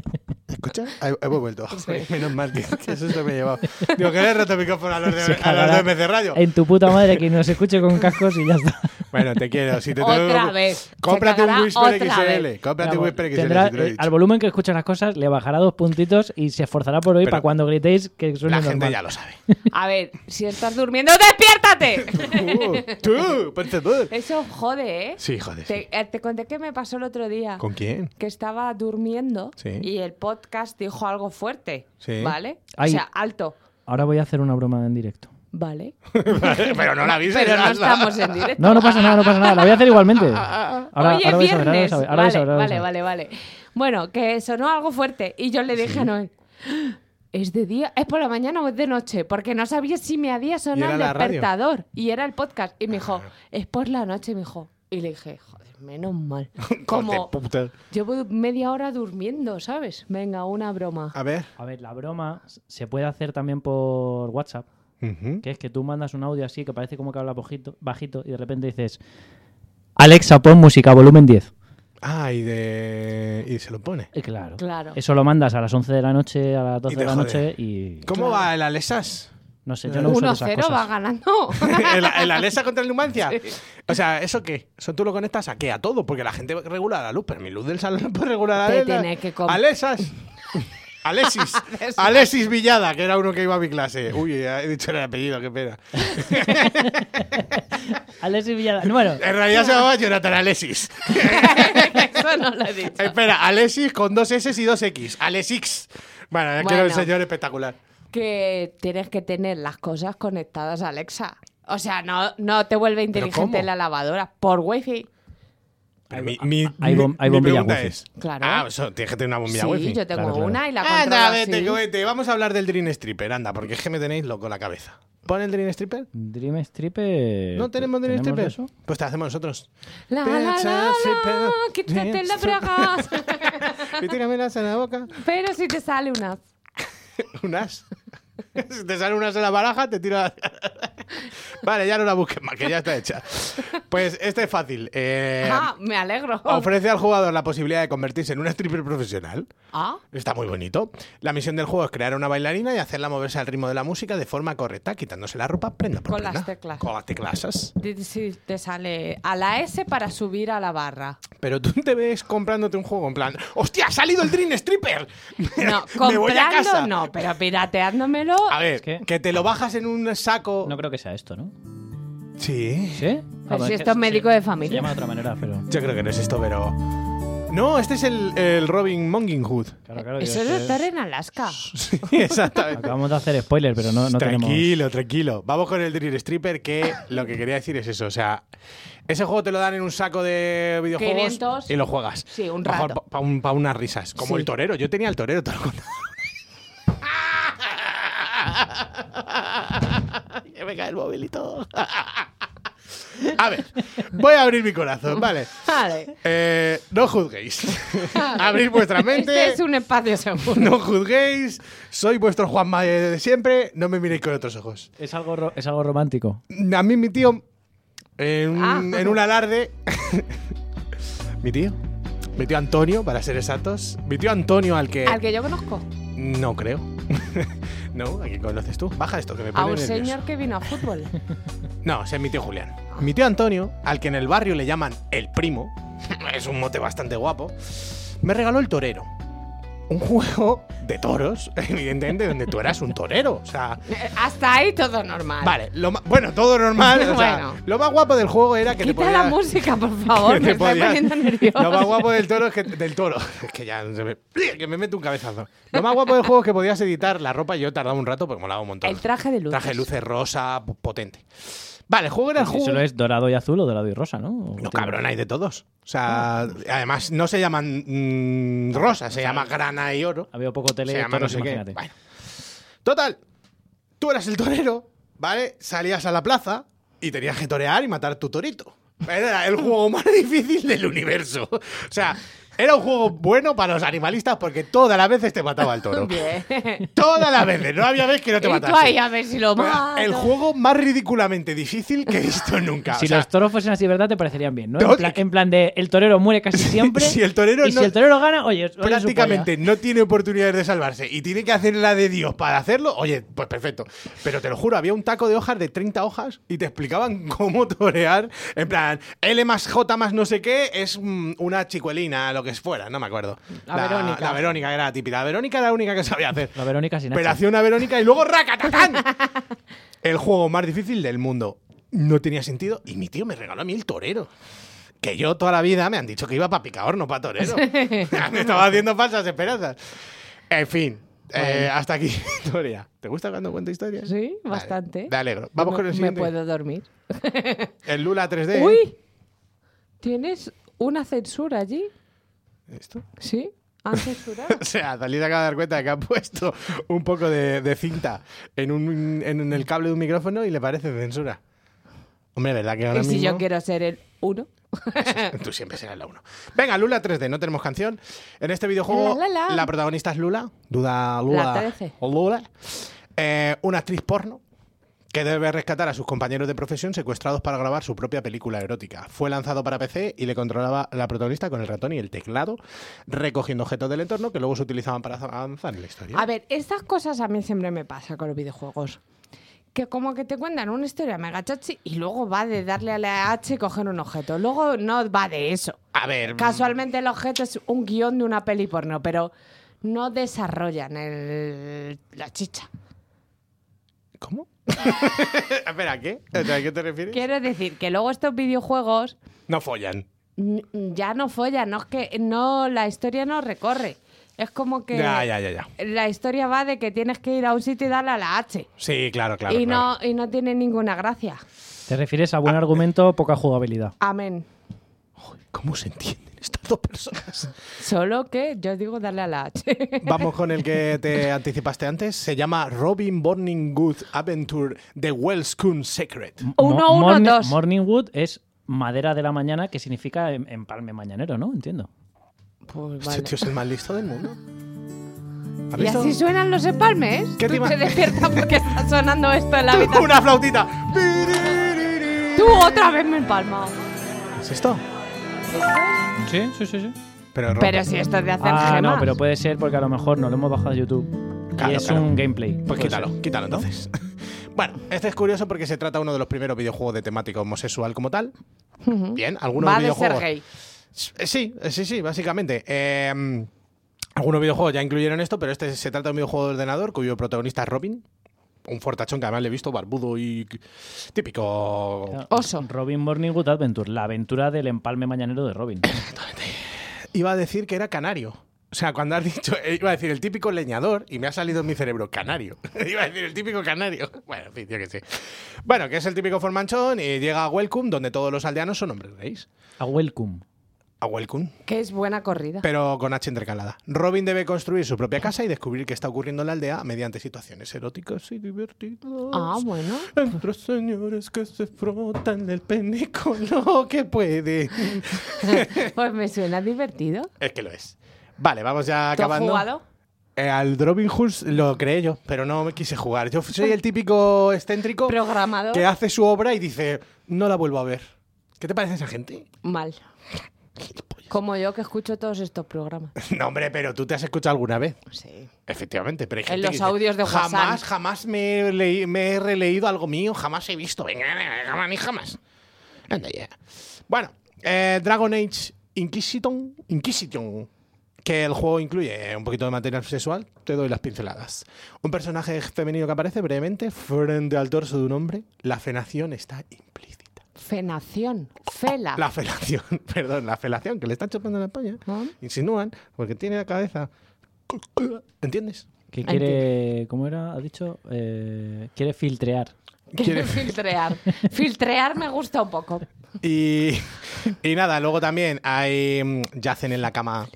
D: ¿Se escucha? Ahí- Hemos vuelto. Menos mal que, que eso se me ha llevado. Digo, que le he roto el micrófono a los de, a los de MC Radio.
F: En tu puta madre que nos escuche con cascos y ya está.
D: Bueno, te quiero. Si te
E: Otra
D: tengo-
E: vez.
D: Cómprate
E: Se
D: un
E: cagará
D: Whisper
E: otra
D: XL.
E: vez.
D: Cómprate un
F: Vamos,
D: Whisper XL.
F: tendrá,
D: si te lo he
F: eh,
D: dicho.
F: al volumen que escucha las cosas le bajará dos puntitos y se esforzará por hoy
D: Pero
F: para cuando gritéis que suene
D: La gente
F: normal.
D: ya lo sabe.
E: A ver, si estás durmiendo, ¡despiértate!
D: Uh, tú, por favor.
E: Eso jode, ¿eh?
D: Sí, joder. sí.
E: Te, eh, te conté que me pasó el otro día.
D: ¿Con quién?
E: Que estaba durmiendo
D: Sí.
E: y el podcast dijo algo fuerte.
D: Sí.
E: ¿Vale?
F: Ay.
E: O sea, alto.
F: Ahora voy a hacer una broma en directo.
E: ¿Vale?
D: Pero no la avises.
E: Pero no
D: hazla.
E: estamos en directo.
F: No, no pasa nada, no pasa nada. La voy a hacer igualmente.
E: Ah,
F: Ahora,
E: Oye,
F: ahora vais a ver, ahora
E: viernes.
F: vais a ver, ahora vais a ver,
E: vale,
F: ahora vais a
E: vale,
F: ver.
E: vale, vale. Bueno, que sonó algo fuerte y yo le dije a Noel, "Ah, ¿es de día? ¿Es por la mañana o es de noche? Porque no sabía si me había
D: Y
E: sonado
D: era
E: el
D: la radio.
E: despertador y era el podcast. Y me dijo, es por la noche, me dijo. Y le dije, joder, menos mal. Como
D: Joder, puta.
E: llevo media hora durmiendo, ¿sabes? Venga, una broma.
D: A ver.
F: A ver, la broma se puede hacer también por WhatsApp,
D: Ujú.
F: que es que tú mandas un audio así que parece como que habla bajito, bajito y de repente dices Alexa, pon música, volumen 10.
D: Ah, y, de... y se lo pone.
F: Eh, claro.
E: Claro.
F: Eso lo mandas a las 11 de la noche, a las 12
D: Y
F: de
D: te
F: la
D: jode.
F: noche y...
D: ¿Cómo va el Alesas?
F: No sé, yo no uso de esas
E: 1-0
F: cosas.
E: va ganando.
D: ¿El, el Alesa contra el Numancia? O sea, ¿eso qué? ¿Eso tú lo conectas a qué? A todo, porque la gente regula la luz, pero mi luz del salón no puede regular la
E: Te
D: la-
E: tiene que com-
D: Alesas. Alexis, Alexis Villada, que era uno que iba a mi clase. Uy, ya he dicho el apellido, qué pena.
F: Alexis Villada. Bueno,
D: En realidad se llamaba Jonathan Alexis.
E: Eso no lo he dicho.
D: Espera, Alexis con dos S y dos X. Alexix. Bueno, ya quiero el
E: Bueno.
D: señor espectacular.
E: que tienes que tener las cosas conectadas a Alexa. O sea, no, no te vuelve inteligente
D: cómo?
E: la lavadora por wifi.
D: Pero mi, Ah, mi,
F: hay bom- hay
D: mi
F: bombilla
D: pregunta
F: wifi.
D: es.
E: Claro.
D: Ah, eso, tienes que tener una bombilla
E: sí,
D: wifi.
E: yo tengo
F: Claro, claro.
E: una y la controlo
D: Anda, vete,
E: así.
D: que vete. Vamos a hablar del Dream Stripper, anda, porque es que me tenéis loco la cabeza. ¿Pon el Dream Stripper?
F: Dream Stripper...
D: ¿No Eh, tenemos Dream Stripper?
F: eso?
D: Pues te hacemos nosotros.
E: La, la, la, la, quítate las bragas.
D: Y tíramelas en la boca.
E: Pero si te sale una.
D: Un as. si te sale un as en la baraja, te tiro. la- vale, ya no la busques más, que ya está hecha. Pues este es fácil. Eh,
E: Ah, me alegro.
D: ofrece al jugador la posibilidad de convertirse en un stripper profesional.
E: Ah,
D: Está muy bonito. La misión del juego es crear una bailarina y hacerla moverse al ritmo de la música de forma correcta, quitándose la ropa prenda por
E: Con las
D: prenda.
E: teclas.
D: Con las teclasas.
E: di- si te sale a la S para subir a la barra.
D: Pero tú te ves comprándote un juego en plan, ¡hostia, ha salido el Dream Stripper!
E: No,
D: Me voy a casa. Ah,
E: comprando no, pero pirateándomelo.
D: A ver,
F: Es que-
D: que te lo bajas en un saco.
F: No creo que sea esto, ¿no?
D: Sí.
F: ¿Sí?
E: Pero si
F: es
E: esto es
F: Ah, que
E: este médico
F: se-
E: de familia.
F: Se llama de otra manera, pero...
D: Yo creo que no es esto, pero. No, este es el, el Robin Monginghood.
F: Claro, claro,
E: Eso
F: yo
E: es
F: sé.
E: estar en Alaska.
D: Sí, exactamente.
F: Acabamos de hacer spoiler, pero no, no tenemos.
D: tranquilo, tranquilo. Vamos con el Drill Stripper, que lo que quería decir es eso. O sea, ese juego te lo dan en un saco de videojuegos
E: 500.
D: y lo juegas.
E: Sí, un rato.
D: Para unas risas. Como
E: Sí.
D: el torero. Yo tenía el torero, te lo he contado. Que me cae el móvil y todo. A ver, voy a abrir mi corazón, vale.
E: Vale.
D: Eh, no juzguéis. Abrid vuestra mente.
E: Este es un espacio seguro.
D: No juzguéis, soy vuestro Juan Mayer de siempre, no me miréis con otros ojos.
F: Es algo, ro- es algo romántico.
D: A mí mi tío, en, un-
E: Ah.
D: en un alarde... mi tío, mi tío Antonio, para ser exactos. Mi tío Antonio al que...
E: Al que yo conozco.
D: No creo. no, ¿a quién conoces tú? Baja esto, que me
E: A
D: pone
E: un
D: nervioso.
E: señor que vino a fútbol.
D: No, ese es mi tío Julián. Mi tío Antonio, al que en el barrio le llaman el primo, es un mote bastante guapo, me regaló el torero. Un juego de toros, evidentemente, donde tú eras un torero. O sea,
E: Eh, Hasta ahí todo normal.
D: vale, lo ma- bueno, todo normal. o sea,
E: Bueno.
D: Lo más guapo del juego era que te
E: Quita
D: podía-
E: la música, por favor.
D: que
E: Me
D: te
E: estoy
D: podías-
E: poniendo nervioso.
D: Lo más guapo del toro es que. Del toro. Es que ya se me. Que me meto un cabezazo. Lo más guapo del juego es que podías editar la ropa. Yo tardaba un rato porque molaba un montón.
E: El traje de luces.
D: Traje de luces rosa, potente. Vale, el juego era el juego.
F: Solo es dorado y azul o dorado y rosa, ¿no?
D: No, cabrón, hay de todos. O sea,
E: Ah.
D: además no se llaman mm, rosas, se llama grana y oro.
F: Había poco tele,
D: se llama no
F: toros,
D: sé qué.
F: imagínate.
D: Bueno. Total, tú eras el torero, ¿vale? Salías a la plaza y tenías que torear y matar tu torito. Era el juego más difícil del universo. O sea, era un juego bueno para los animalistas porque todas las veces te mataba el toro.
E: Bien.
D: Todas las veces, no había vez que no te
E: y tú
D: matase.
E: ahí "Ah, a ver si lo mato.
D: el juego más ridículamente difícil que he visto nunca. O
F: Si
D: sea,
F: los toros fuesen así, ¿verdad? Te parecerían bien, ¿no?
D: No,
F: en, plan,
D: es que-
F: en plan de el torero muere casi siempre.
D: si el torero
F: y
D: no-
F: si el torero gana, oye, oye, su
D: prácticamente no tiene oportunidades de salvarse y tiene que hacer la de Dios para hacerlo, oye, pues perfecto. Pero te lo juro, había un taco de hojas de 30 hojas y te explicaban cómo torear. En plan, L más J más no sé qué es mm, una chicuelina, lo que fuera, no me acuerdo.
E: La Verónica.
D: La Verónica era la típica. La Verónica era la única que sabía hacer.
F: polla. La Verónica sin
D: Pero hacía una Verónica y luego ¡racatatán! el juego más difícil del mundo. No tenía sentido y mi tío me regaló a mí el torero. Que yo toda la vida me han dicho que iba para picador, no para torero. me estaba haciendo falsas esperanzas. En fin, eh, hasta aquí mi historia. ¿Te gusta cuando cuento historias?
E: Sí,
D: Vale,
E: bastante.
D: me alegro. Vamos
E: Me-
D: con el siguiente. Eh.
E: Me puedo dormir.
D: El Lula 3D.
E: ¡Uy! ¿Tienes una censura allí?
D: ¿Esto?
E: ¿Sí? ¿Han censurado?
D: O sea, Dalí se acaba de dar cuenta de que ha puesto un poco de, de cinta en, un, en el cable de un micrófono y le parece censura. Hombre, ¿verdad que ahora
E: ¿Y si
D: mismo-
E: yo quiero ser el uno?
D: Tú siempre serás la 1. Venga, Lula 3D, no tenemos canción. En este videojuego
E: La, la, la.
D: protagonista es Lula, Duda Lula.
E: La 13.
D: o Lula. Eh, una actriz porno que debe rescatar a sus compañeros de profesión secuestrados para grabar su propia película erótica. Fue lanzado para PC y le controlaba la protagonista con el ratón y el teclado, recogiendo objetos del entorno que luego se utilizaban para avanzar en la historia.
E: A ver, estas cosas a mí siempre me pasa con los videojuegos. Que como que te cuentan una historia mega chachi y luego va de darle a la H y coger un objeto. Luego no va de eso.
D: A ver,
E: Casualmente el objeto es un guión de una peli porno, pero no desarrollan el- la chicha.
D: ¿cómo? Espera, ¿qué? O sea, ¿A qué te refieres?
E: Quiero decir que luego estos videojuegos
D: No follan.
E: mm, ya no follan, no es que no la historia no recorre. Es como que
D: Ya, ya, ya, ya.
E: la historia va de que tienes que ir a un sitio y darle a la H.
D: Sí, claro, claro.
E: y,
D: claro.
E: no, y no tiene ninguna gracia.
F: Te refieres a buen argumento, poca jugabilidad.
E: Amén.
D: ¿Cómo se entienden estas dos personas?
E: Solo que yo digo darle a la H.
D: Vamos con el que te anticipaste antes. Se llama Robin Burning Good Adventure The Wells Coon Secret.
E: Uno, uno,
F: morning,
E: dos.
F: Morning Wood es madera de la mañana, que significa em- empalme mañanero, ¿no? Entiendo.
E: Pues
D: Este
E: vale.
D: tío es el más listo del mundo. ¿Has
E: Y
D: visto?
E: así suenan los empalmes.
D: ¿Qué te
E: Tú
D: ima-
E: te despiertas porque está sonando esto en la habitación.
D: Una flautita.
E: Tú otra vez me empalmas.
D: ¿Es esto?
F: Sí, sí, sí. sí.
D: Pero,
E: Pero si esto es de hacer
F: Ah,
E: gemas.
F: no, pero puede ser porque a lo mejor no lo hemos bajado de YouTube.
D: Claro,
F: y es
D: claro.
F: un gameplay.
D: Pues
F: Puede
D: quítalo,
F: ser.
D: quítalo entonces. Bueno, este es curioso porque se trata de uno de los primeros videojuegos de temática homosexual como tal. Bien, algunos
E: Va de ser
D: videojuegos.
E: gay.
D: Eh, Sí, eh, sí, sí, básicamente. Eh, algunos videojuegos ya incluyeron esto, pero este se trata de un videojuego de ordenador cuyo protagonista es Robin. Un fortachón que además le he visto barbudo y típico.
E: Oso.
F: Robin Morning Wood Adventure, la aventura del empalme mañanero de Robin.
D: iba a decir que era canario. O sea, cuando has dicho, eh, iba a decir el típico leñador y me ha salido en mi cerebro canario. iba a decir el típico canario. Bueno, en fin, yo que sé. Bueno, que es el típico formanchón y llega a Welcome, donde todos los aldeanos son hombres gays.
F: A welcome.
D: A Welcome.
E: Que es buena corrida.
D: Pero con H intercalada. Robin debe construir su propia casa y descubrir qué está ocurriendo en la aldea mediante situaciones eróticas y divertidas.
E: Ah, bueno.
D: Entre señores que se frotan el pene con lo que puede.
E: Pues me suena divertido.
D: Es que lo es. Vale, vamos ya
E: ¿Tú has
D: acabando.
E: jugado?
D: Eh, al Droving Horse lo creé yo, pero no me quise jugar. Yo soy el típico excéntrico
E: Programador.
D: que hace su obra y dice, no la vuelvo a ver. ¿Qué te parece esa gente?
E: Mal. Como yo que escucho todos estos programas.
D: No, hombre, pero tú te has escuchado alguna vez.
E: Sí.
D: Efectivamente, pero hay
E: En
D: gente
E: los
D: que dice,
E: audios de WhatsApp.
D: Jamás, jamás me he, leí- me he releído algo mío, jamás he visto. Venga, venga, jamás, ni jamás. Anda ya. Bueno, eh, Dragon Age Inquisition, Inquisition, que el juego incluye un poquito de material sexual, te doy las pinceladas. Un personaje femenino que aparece brevemente frente al torso de un hombre, la fenación está implícita.
E: Fenación. Fela.
D: La felación, perdón, la felación, que le están chupando la polla.
E: ¿Ah?
D: Insinúan, porque tiene la cabeza... ¿Entiendes?
F: Que quiere. ¿Cómo era? Ha dicho. Eh, quiere filtrear.
E: Quiero filtrear. filtrear me gusta un poco.
D: Y, y nada, luego también hay mm, yacen en la cama.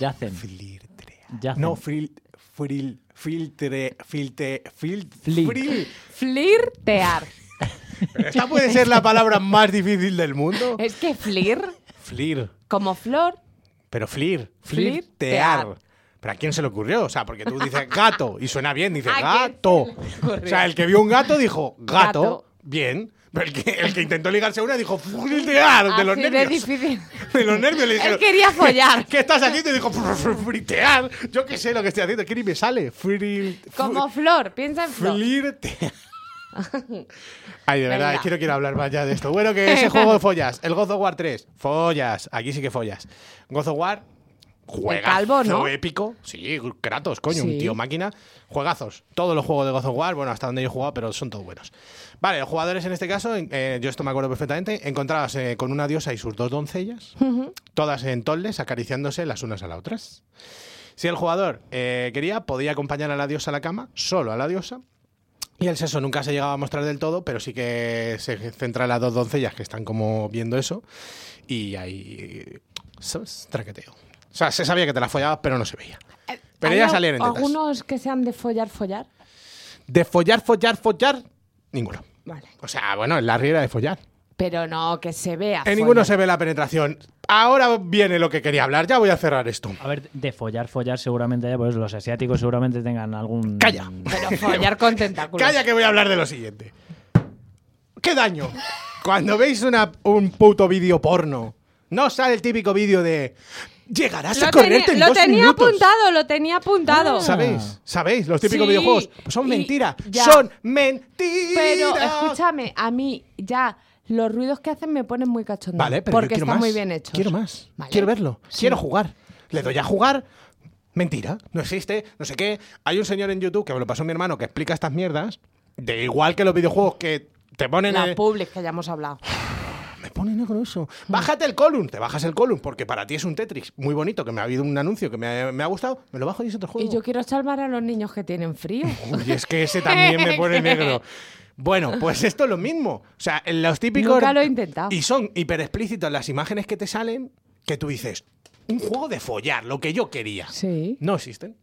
F: Yacen.
D: Filtrea.
F: Yacen.
D: No, fril, fril, filtre, filte, fil,
F: Flip.
D: fril.
E: Flirtear.
D: Esta puede ser la palabra más difícil del mundo.
E: Es que flir,
D: Flir.
E: como flor,
D: Pero flir,
E: Flirtear.
D: flirtear. ¿Pero a quién se le ocurrió? O sea, porque tú dices gato y suena bien, dices
E: ¿A quién
D: gato.
E: se le ocurrió?
D: O sea, el que vio un gato dijo gato,
E: Gato.
D: bien. Pero el que, el que intentó ligarse una dijo flirtear de los
E: así de
D: nervios.
E: difícil.
D: De los nervios le dijeron.
E: Él quería follar.
D: ¿Qué estás haciendo? Y dijo, "Fr- fr- fritear. Yo qué sé lo que estoy haciendo. ¿Qué ni me sale? Fril- fr-
E: Como flor, piensa en flor.
D: Flirtear. Ay, de verdad,
E: Venga.
D: es que no quiero hablar más ya de esto. Bueno, que ese juego de follas. El God of War 3. Follas. Aquí sí que follas. God of War. Juegazo eh,
E: calvo, ¿no?
D: épico. Sí, Kratos, coño,
E: Sí.
D: un tío máquina. Juegazos. Todos los juegos de God of War, bueno, hasta donde yo he jugado, pero son todos buenos. Vale, los jugadores en este caso, en- eh, yo esto me acuerdo perfectamente, encontrabas eh, con una diosa y sus dos doncellas, todas en toldes, acariciándose las unas a las otras. Si el jugador eh, quería, podía acompañar a la diosa a la cama, solo a la diosa. Y el sexo nunca se llegaba a mostrar del todo, pero sí que se centra en las dos doncellas que están como viendo eso. Y ahí. ¿Sabes? Traqueteo. O sea, se sabía que te la follabas, pero no se veía. Pero
E: Eh, ¿Hay
D: ya
E: al-
D: salieron tetas.
E: ¿Algunos que sean de follar, follar?
D: De follar, follar, follar, ninguno.
E: Vale.
D: O sea, bueno, en la riera de follar.
E: Pero no, que se vea.
D: En ninguno
E: follar.
D: se ve la penetración. Ahora viene lo que quería hablar. Ya voy a cerrar esto.
F: A ver, de follar, follar seguramente haya, pues los asiáticos seguramente tengan algún.
D: Calla.
E: Pero follar con tentáculos.
D: Calla que voy a hablar de lo siguiente. ¿Qué daño? Cuando veis una- un puto vídeo porno, no sale el típico vídeo de llegarás a
E: Lo
D: correrte
E: tenía,
D: en
E: lo
D: dos
E: tenía
D: minutos". Ah,
E: apuntado, lo tenía apuntado.
D: ¿Sabéis? ¿Sabéis? Los típicos
E: Sí,
D: videojuegos Pues son
E: y-
D: mentiras.
E: ya.
D: Son mentiras.
E: Pero escúchame, a mí ya los ruidos que hacen me ponen muy cachondo.
D: Vale, pero yo
E: porque
D: quiero
E: está
D: más.
E: muy bien hecho.
D: Quiero más.
E: Vale.
D: Quiero verlo.
E: Sí.
D: Quiero jugar. Le doy a jugar. Mentira. No existe. No sé qué. Hay un señor en YouTube que me lo pasó mi hermano que explica estas mierdas. De igual que los videojuegos que te ponen.
E: La
D: eh,
E: public que ya hemos hablado.
D: me pone negro
E: Mm.
D: Bájate el column. Te bajas el column porque para ti es un Tetris muy bonito que me ha habido un anuncio que me ha, me ha gustado. Me lo bajo y es otro juego.
E: Y yo quiero salvar a los niños que tienen frío.
D: Uy, es que ese también me pone negro. Bueno, pues esto es lo mismo. O sea, en los típicos.
E: Nunca lo he intentado.
D: Y son hiper explícitas las imágenes que te salen que tú dices, un juego de follar, lo que yo quería.
E: Sí.
D: No existen.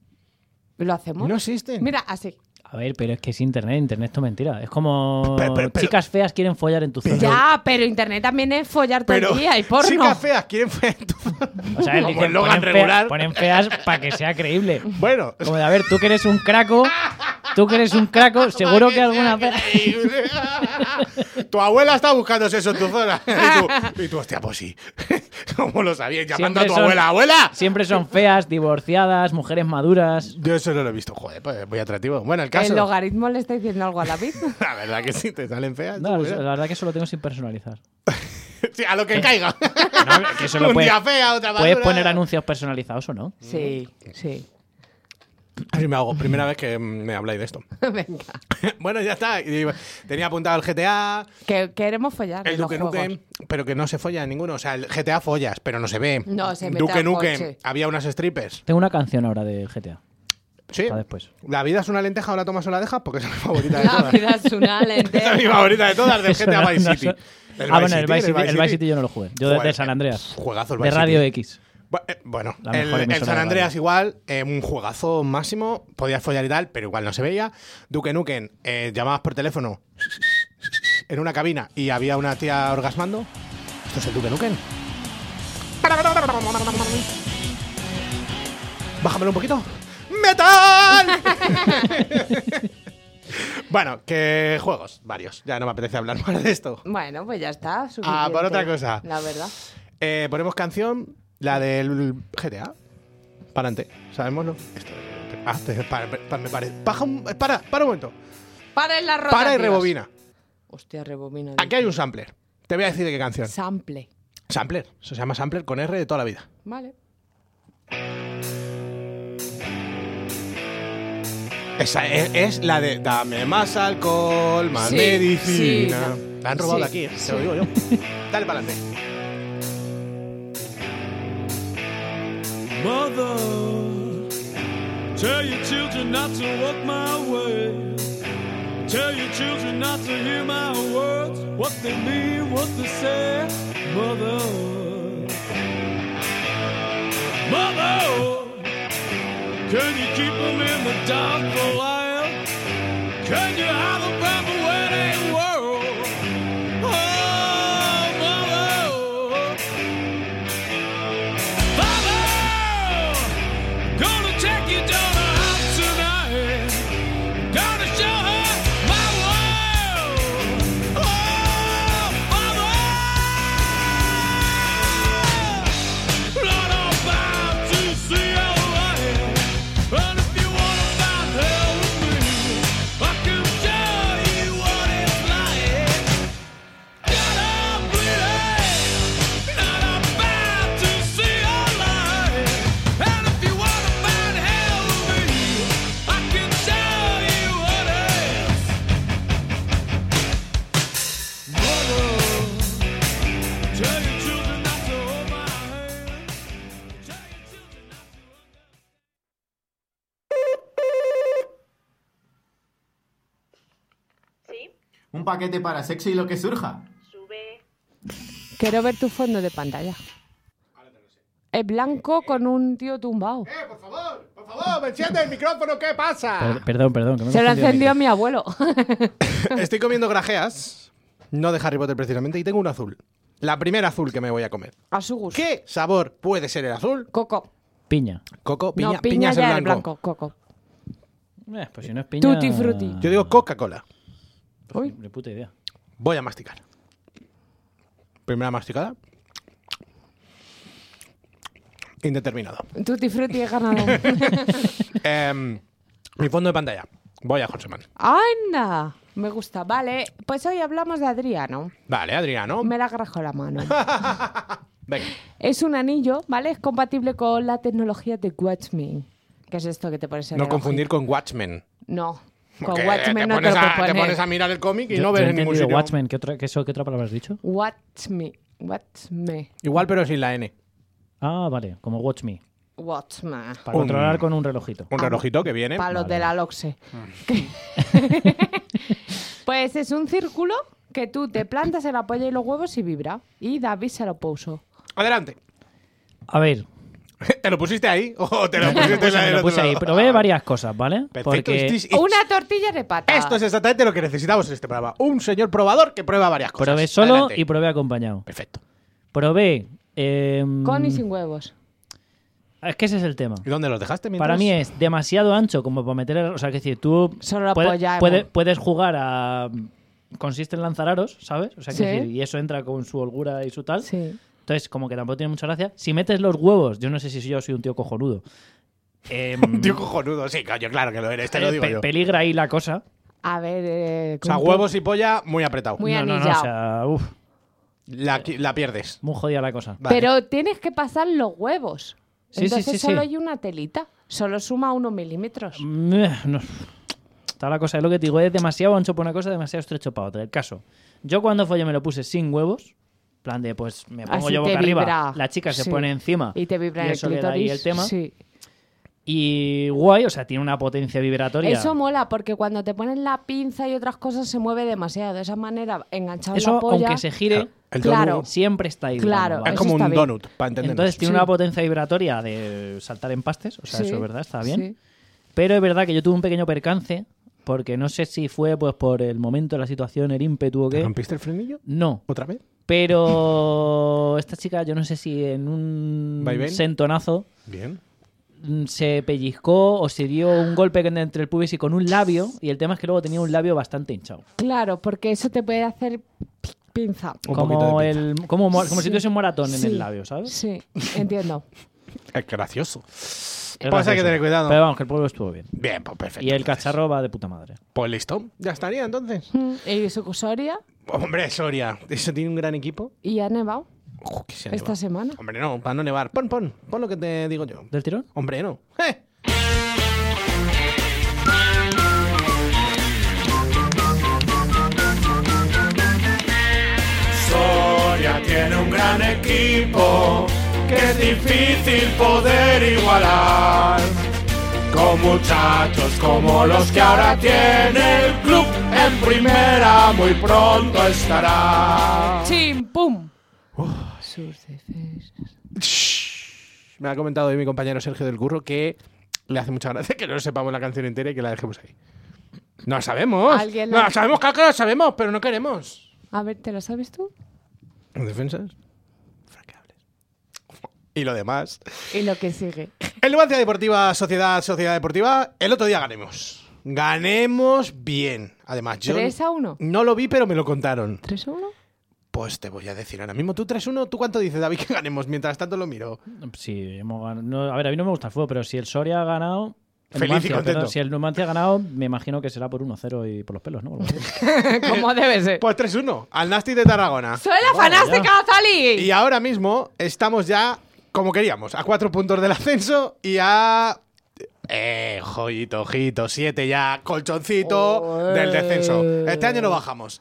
E: ¿Lo hacemos?
D: No existen.
E: Mira, así.
F: A ver, pero es que es internet, internet esto es mentira. Es como
D: Pero, pero, pero-
F: chicas feas quieren follar en tu zona.
E: Ya, pero internet también es follar todo el día y porno.
D: chicas feas, ¿quién fue?
F: O sea, él
D: Como
F: dice,
D: el Logan
F: ponen, feas-
D: regular.
F: ponen feas para que sea creíble.
D: bueno,
F: Como de, a ver, tú que eres un craco, tú que eres un craco, seguro que alguna vez...
D: Ah, Increíble. tu abuela está buscándose eso en tu zona. y, tú, y tú, hostia, pues sí. ¿Cómo lo sabías? Llamando a
F: Siempre
D: tu
F: son-
D: abuela, abuela.
F: Siempre son feas, divorciadas, mujeres maduras.
D: Yo eso no lo he visto, joder, pues muy atractivo. Bueno, el caso.
E: El logaritmo le está diciendo algo a David.
D: La verdad que sí, te salen feas.
F: No,
D: tú,
F: la
D: mira.
F: la verdad que eso lo tengo sin personalizar.
D: Sí, a lo que caiga.
F: No, que eso lo
D: Un
F: puedes-
D: día fea, otra
F: Puedes
D: madura.
F: poner anuncios personalizados o no.
E: Sí, sí.
D: Así me hago. Primera vez que mm, me habláis de esto.
E: Venga.
D: bueno, ya está. Y Tenía apuntado el GTA,
E: Que queremos follar.
D: el
E: en los
D: Duque Nukem,
E: juegos.
D: pero que no se folla ninguno. O sea, el GTA follas, pero no se ve.
E: No, se mete
D: Duque
E: al
D: Nukem,
E: coche.
D: había unas strippers.
F: Tengo una canción ahora de GTA.
D: Sí.
F: Para después.
D: La vida es una lenteja o la tomas o la dejas porque es mi favorita de
E: La
D: todas.
E: vida es una
D: Esa es mi
E: lenteja.
D: favorita de todas, del
F: Eso no-
D: GTA Vice
F: no
D: City.
F: sé. ah, bueno, el Vice, City, el Vice City
D: City.
F: yo no lo jugué. Yo de- de,
D: Joder,
F: San Andreas.
D: juegazo el
F: de
D: Vice
F: Radio
D: City.
F: X.
D: Bu- eh, Bueno,
F: La
D: el,
F: mejor
D: el
F: emisora
D: San
F: de
D: Andreas
F: radio.
D: igual, eh, un juegazo máximo, podías follar y tal, pero igual no se veía. Duque Nuken, eh, llamabas por teléfono en una cabina y había una tía orgasmando. Esto es el Duque Nuken. Bájamelo un poquito. ¡Metal! bueno, que juegos, varios. Ya no me apetece hablar más de esto.
E: Bueno, pues ya está.
D: Ah, por otra
E: suficiente,
D: cosa.
E: La verdad.
D: Eh, ponemos canción, la del GTA. Para adelante, sabémoslo. Esto, ah, te- para, para- me pare- Baja un- para, para un momento.
E: Para en la roda.
D: Para y rebobina.
E: Hostia, rebobina.
D: Aquí hay un sampler. Te voy a decir de qué canción.
E: Sample.
D: Sampler. Eso se llama sampler con R de toda la vida.
E: Vale.
D: Esa es, es la de Dame más alcohol, más
E: Sí,
D: medicina.
E: sí.
D: la han robado de
E: Sí,
D: aquí, eh, te lo digo yo. Dale para adelante.
G: Mother, tell your children not to walk my way. Tell your children not to hear my words, what they mean, what they say. Mother, Mother, can you keep them in the dark for life? Can you hide them from the wedding world? Oh, Mother. Father, gonna take your daughter out tonight. Gonna show her my world. Oh, father, Lord, I'm bound to see your light. And if you wanna find hell with me, I can show you what it's like. Gotta believe. Tell your children not to hold my hand. Tell your children not to.
H: Un paquete para sexo y lo que surja.
E: Quiero ver tu fondo de pantalla. Es blanco con un tío tumbado.
D: por favor, por favor, me enciende el micrófono, ¿qué pasa?
F: Per- perdón, perdón. que me he
E: Ah. Se lo
F: confundido
E: encendió a
F: de
E: mi abuelo.
D: Estoy comiendo grajeas, no de Harry Potter precisamente, y tengo un azul. La primera azul que me voy a comer.
E: A su gusto.
D: ¿Qué sabor puede ser el azul?
E: Coco.
F: micro. Piña.
D: Coco, piña,
E: no,
D: piña
E: piña,
D: es el
E: ya era
D: blanco.
E: el blanco. Coco.
F: Eh, pues si no es piña.
E: Tutti frutti.
D: Yo digo Coca-Cola.
F: Pues
E: Uy.
F: ni puta idea.
D: Voy a masticar. Primera masticada. Indeterminado.
E: Tutti frutti he ganado.
D: Em, mi fondo de pantalla. Voy a Horseman.
E: ¡Anda! Me gusta. Vale, pues hoy hablamos de Adriano.
D: Vale, Adriano.
E: Me la agarró la mano.
D: Venga.
E: es un anillo, ¿vale? Es compatible con la tecnología de Watchman. ¿Qué es esto que te pones en
D: No
E: el
D: confundir con Watchmen.
E: ojito? No. Con
D: Porque
E: Watchmen no te lo
D: pones a,
E: puedes
D: te
E: poner.
D: pones a mirar el cómic y
F: Yo-
D: no
F: yo
D: ves
F: he
D: en ningún
F: entendido
D: sitio.
F: Watchmen. ¿Qué otra, qué, eso- qué otra palabra has dicho?
E: Watch me. Watch me.
D: Igual, pero sin la N.
F: Ah, vale. Como Watch Me.
E: Watch me.
F: Para
D: Un-
F: controlar con un relojito.
D: Un relojito que viene.
E: Para los de la LOXE. pues es un círculo que tú te plantas, el apoyo y los huevos y vibra. Y David se lo puso.
D: Adelante.
F: A ver,
D: ¿Te lo pusiste ahí? ¿O te lo pusiste en
F: pues
D: la
F: me
D: del
F: lo
D: otro
F: puse ahí.
D: lado?
F: Probé varias cosas, ¿vale?
D: Perfecto.
F: Porque
D: Esto es-
E: Una tortilla de
F: Ah.
E: pata.
D: Esto es exactamente lo que necesitamos en este programa. Un señor probador que prueba varias cosas.
F: probé solo
D: Adelante.
F: y probé acompañado.
D: Perfecto.
F: Probé. em,
E: Con y sin huevos.
F: Es que ese es el tema.
D: ¿Y dónde los dejaste? mientras?
F: Para mí es demasiado ancho como para meter. el- O sea, que decir, tú.
E: Solo lo
F: puedes,
E: apoyamos.
F: puedes- puedes jugar a. Consiste en lanzar aros, ¿sabes? O sea, que
E: Sí.
F: decir, y eso entra con su holgura y su tal.
E: Sí.
F: Entonces, como que tampoco tiene mucha gracia. Si metes los huevos, yo no sé si yo soy un tío cojonudo. Em,
D: Tío cojonudo, sí, coño, claro que lo eres, te lo
F: eh,
D: digo
F: pe-
D: yo.
F: Peligra ahí la cosa.
E: A ver. eh,
D: O sea,
E: con-
D: huevos y polla muy apretado.
E: Muy
F: no, no, no, o
E: anillado.
F: sea, uf,
D: La, qui- la pierdes.
F: muy jodida la cosa.
D: Vale.
E: Pero tienes que pasar los huevos.
F: Sí, sí,
E: Entonces
F: sí, sí.
E: solo hay una telita. Solo suma unos milímetros.
F: Mm, no. Está la cosa, es lo que te digo, es demasiado ancho para una cosa, demasiado estrecho para otra. El caso, yo cuando follé me lo puse sin huevos, plan de pues me pongo
E: Así
F: yo boca
E: te
F: arriba,
E: vibra.
F: la chica se
E: Sí.
F: pone encima
E: Y te vibra
F: eso
E: el
F: le da ahí
E: clítoris.
F: el tema.
E: Sí.
F: Y guay, o sea, tiene una potencia vibratoria.
E: Eso mola porque cuando te pones la pinza y otras cosas se mueve demasiado. De esa manera, enganchado en
F: Eso,
E: la polla.
F: aunque se gire,
D: El
E: Claro.
D: donut
F: siempre está ahí.
E: Claro.
F: dando,
E: Eso
D: es como
E: está
D: un
E: bien.
D: donut, para entendernos.
F: Entonces tiene
E: Sí.
F: una potencia vibratoria de saltar en pastes, o sea,
E: Sí,
F: eso es verdad, está bien.
E: sí.
F: Pero es verdad que yo tuve un pequeño percance, porque no sé si fue pues por el momento, la situación, el ímpetu o
D: ¿Te
F: qué.
D: rompiste el frenillo?
F: No,
D: ¿Otra vez?
F: pero esta chica, yo no sé si en un
D: Vaivén.
F: sentonazo
D: Bien.
F: mm, se pellizcó o se dio un golpe entre el pubis y con un labio, y el tema es que luego tenía un labio bastante hinchado.
E: Claro, porque eso te puede hacer pi- pinza.
D: Un poquito
F: como
D: de
F: el como, mo- como
E: Sí.
F: si tuviese un moratón en
E: Sí.
F: el labio, ¿sabes?
E: Sí, entiendo.
D: Es gracioso.
F: Es
D: Pues hay que
F: gracioso.
D: tener cuidado.
F: Pero vamos, que el pueblo estuvo bien.
D: Bien, pues perfecto.
F: Y el cacharro va de puta madre.
D: Pues listo. Ya estaría entonces.
E: Mm, y Soria
D: Hombre, Soria, eso tiene un gran equipo.
E: y ha nevado
D: Ojo, que se ha
E: esta
D: nevado.
E: semana.
D: Hombre, no, para no nevar. Pon, pon, pon lo que te digo yo.
F: ¿Del tirón?
D: Hombre, no. ¡Eh!
G: Soria tiene un gran equipo que es difícil poder igualar. Con muchachos como los que ahora tiene el club en primera muy pronto estará.
E: ¡Chim! ¡Pum! Sus defensas.
D: Me ha comentado hoy mi compañero Sergio del Curro que le hace mucha gracia que no sepamos la canción entera y que la dejemos ahí. No la sabemos.
E: Alguien
D: No
E: la-
D: la sabemos, claro que la sabemos, pero no queremos.
E: A ver, ¿te lo sabes tú?
D: defensas? Fracables. Y lo demás.
E: Y lo que sigue.
D: El Numancia Deportiva, Sociedad, Sociedad Deportiva, el otro día ganemos. Ganemos bien. Además, yo
E: 3 a 1.
D: no lo vi, pero me lo contaron.
E: 3 a 1.
D: Pues te voy a decir ahora mismo, tú 3-1, ¿tú cuánto dices, David, que ganemos? Mientras tanto lo miro.
F: Sí, hemos ganado. no, a ver, a mí no me gusta el fútbol, pero si el Soria ha ganado. el
D: Feliz y
F: Numancia,
D: contento.
F: perdón, si el Numancia ha ganado, me imagino que será por 1-0 y por los pelos, ¿no? Algo así.
E: ¿Cómo debe ser?
D: Pues 3-1, al Nasty de Tarragona.
E: ¡Soy la fanástica Azali!
D: Y ahora mismo estamos ya, como queríamos, a cuatro puntos del ascenso y a... Eh, joyito, ojito, siete ya, colchoncito del descenso. Este año no bajamos.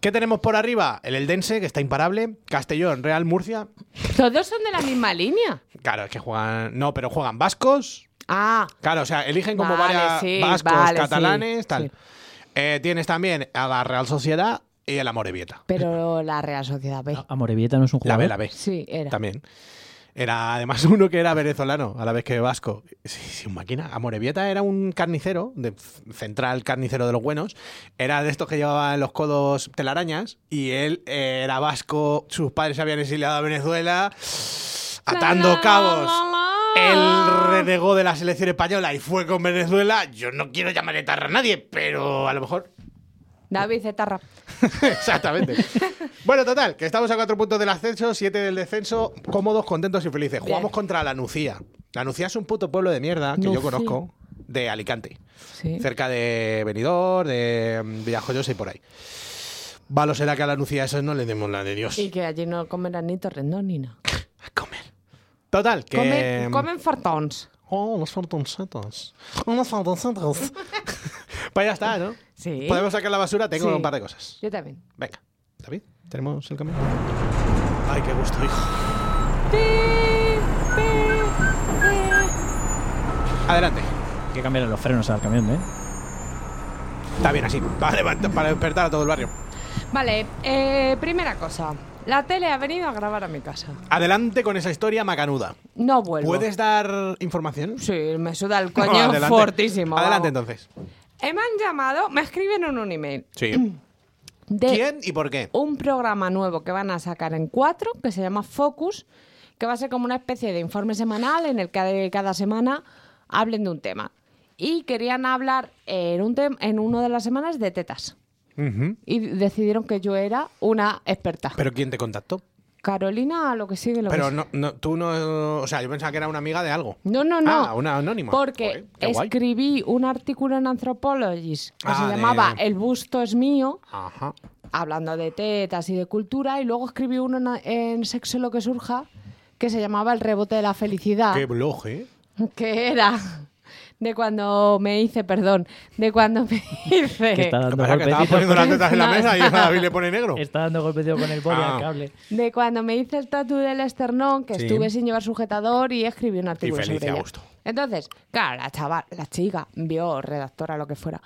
D: ¿Qué tenemos por arriba? El Eldense, que está imparable. Castellón, Real Murcia.
E: Todos son de la misma línea.
D: Claro, es que juegan... No, pero juegan vascos.
E: Ah,
D: Claro, o sea, eligen como
E: Vale,
D: varias
E: sí,
D: vascos,
E: vale,
D: catalanes,
E: sí,
D: tal.
E: sí.
D: Eh, tienes también a la Real Sociedad y el Amorebieta.
E: pero la Real Sociedad B.
D: Ah.
F: Amorebieta no es un
D: La
F: jugador.
D: B, la B.
E: Sí, era.
D: También. Era además uno que era venezolano, a la vez que vasco. Sí, sí, un máquina. Amorebieta era un carnicero, de f- central carnicero de los buenos. Era de estos que llevaba en los codos telarañas. Y él eh, era vasco, sus padres se habían exiliado a Venezuela, atando
E: La, la,
D: cabos.
E: la,
D: Él
E: la.
D: renegó de la selección española y fue con Venezuela. Yo no quiero llamar etarra a nadie, pero a lo mejor
E: David Zetarra.
D: Exactamente. bueno, total, que estamos a cuatro puntos del ascenso, siete del descenso, cómodos, contentos y felices. Jugamos contra la Nucía. La Nucía es un puto pueblo de mierda que yo
E: Nucía.
D: conozco de Alicante,
E: Sí.
D: cerca de Benidorm, de mm, Villajoyosa y por ahí. Valo será que a la Nucía a esos no le demos la de Dios.
E: Y que allí no comerán ni torrendón ni nada.
D: A comer. Total, que... em,
E: Comen, comen fartons.
D: Oh, los fartoncetos. Unos fartoncetos. pues ya está, ¿no?
E: Sí.
D: Podemos sacar la basura, tengo
E: Sí.
D: un par de cosas.
E: Yo también.
D: Venga, David, ¿tenemos el camión? Ay, qué gusto, hijo. Adelante.
F: Hay que cambiarle los frenos al camión, ¿eh?
D: Está bien así, para, levant- para despertar a todo el barrio.
E: Vale, eh, primera cosa. La tele ha venido a grabar a mi casa.
D: Adelante con esa historia macanuda.
E: No vuelvo.
D: ¿Puedes dar información?
E: Sí, me suda el
D: No,
E: Pues coño
D: adelante.
E: fortísimo.
D: Adelante
E: vamos.
D: entonces.
E: Eh, me han llamado, me escribieron un email
D: Sí.
E: de
D: ¿Quién y por qué?
E: un programa nuevo que van a sacar en cuatro, que se llama Focus, que va a ser como una especie de informe semanal en el que de cada semana hablen de un tema. Y querían hablar en, un tem- en una de las semanas de tetas.
D: Ujú.
E: Y decidieron que yo era una experta.
D: ¿Pero quién te contactó?
E: Carolina, lo que sigue, lo que
D: Pero
E: sigue.
D: no, no, tú no. O sea, yo pensaba que era una amiga de algo.
E: No, no, no.
D: Ah, una anónima.
E: Porque
D: Joder, qué guay.
E: escribí un artículo en Anthropologist que
D: Ah,
E: se
D: de-
E: llamaba El busto es mío,
D: Ajá.
E: hablando de tetas y de cultura, y luego escribí uno en, en Sexo lo que surja, que que se llamaba El rebote de la felicidad.
D: Qué blog, ¿eh?
E: que era de cuando me hice, perdón, de cuando me hice,
F: Que está
D: Lo que
F: dando
D: pasa es que estaba
F: golpecitos
D: poniendo las
F: con,
D: tetas en la
E: No,
D: mesa y
E: está-
D: David le pone negro.
F: está dando golpecitos con el body
D: Ah.
F: al cable.
E: de cuando me hice el tatu del esternón, que
D: Sí.
E: estuve sin llevar sujetador y escribí un artículo
D: feliz y
E: sobre
D: a
E: ella.
D: gusto.
E: Entonces, claro, la chaval, la chica, vio redactora lo que fuera.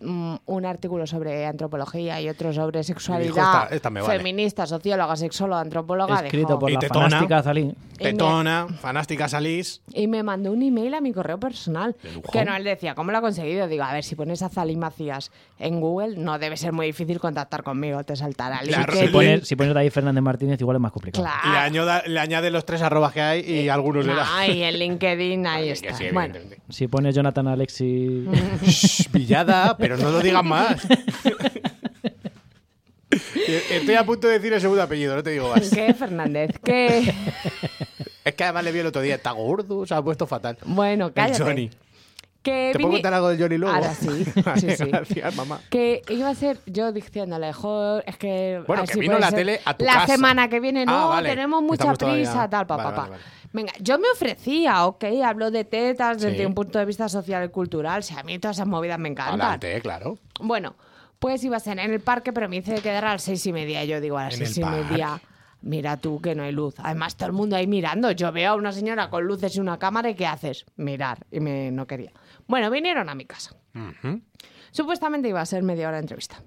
E: mm, Un artículo sobre antropología y otro sobre sexualidad,
D: "Esta- esta me vale".
E: feminista, socióloga, sexóloga, antropóloga.
F: Escrito
E: dejó.
F: por
D: Y
F: la
D: tetona.
F: fantástica Zalín.
D: Tetona, fanástica salís.
E: Y me mandó un email a mi correo personal. Que no, él decía, ¿cómo lo ha conseguido? Digo, a ver, si pones a Zali Macías en Google, no debe ser muy difícil contactar conmigo, te saltará el
D: Claro,
E: LinkedIn.
F: Si pones, si pones David Fernández Martínez, igual es más complicado.
E: Claro.
D: Le, añada- le añade los tres arrobas que hay
E: Eh,
D: y algunos le da.
E: Ay, el LinkedIn, ahí está. bueno,
F: Si pones Jonathan Alexi.
D: Shh, Villada, pero no lo digas más. Estoy a punto de decir el segundo apellido, no te digo más.
E: ¿qué, Fernández? ¿Qué?
D: Es que además le vi el otro día, está gordo, se ha puesto fatal.
E: Bueno,
D: El
E: cállate.
D: Johnny.
E: Que
D: ¿Te puedo
E: Vini-
D: contar algo del Johnny luego?
E: Ahora sí, sí,
D: Vale,
E: sí.
D: Gracias, mamá.
E: Que iba a ser yo diciéndole, "Jo, es que.
D: Bueno,
E: a ver
D: que
E: si
D: vino
E: puede
D: la
E: ser
D: tele a tu
E: La
D: casa.
E: semana que viene,
D: Ah,
E: no,
D: vale.
E: tenemos mucha
D: Estamos todavía-
E: prisa, tal, papá,
D: Vale, vale,
E: papá.
D: vale.
E: Venga, yo me ofrecía, ok, hablo de tetas desde
D: Sí.
E: un punto de vista social y cultural, si a mí todas esas movidas me encantan.
D: Adelante, eh, claro.
E: Bueno, pues iba a ser en el parque, pero me hice quedar a las seis y media. Yo digo, a las
D: ¿En el
E: seis y media,
D: parque?
E: mira tú que no hay luz. Además, todo el mundo ahí mirando. Yo veo a una señora con luces y una cámara y ¿qué haces? Mirar. Y me, no quería. Bueno, vinieron a mi casa. Supuestamente iba a ser media hora de entrevista.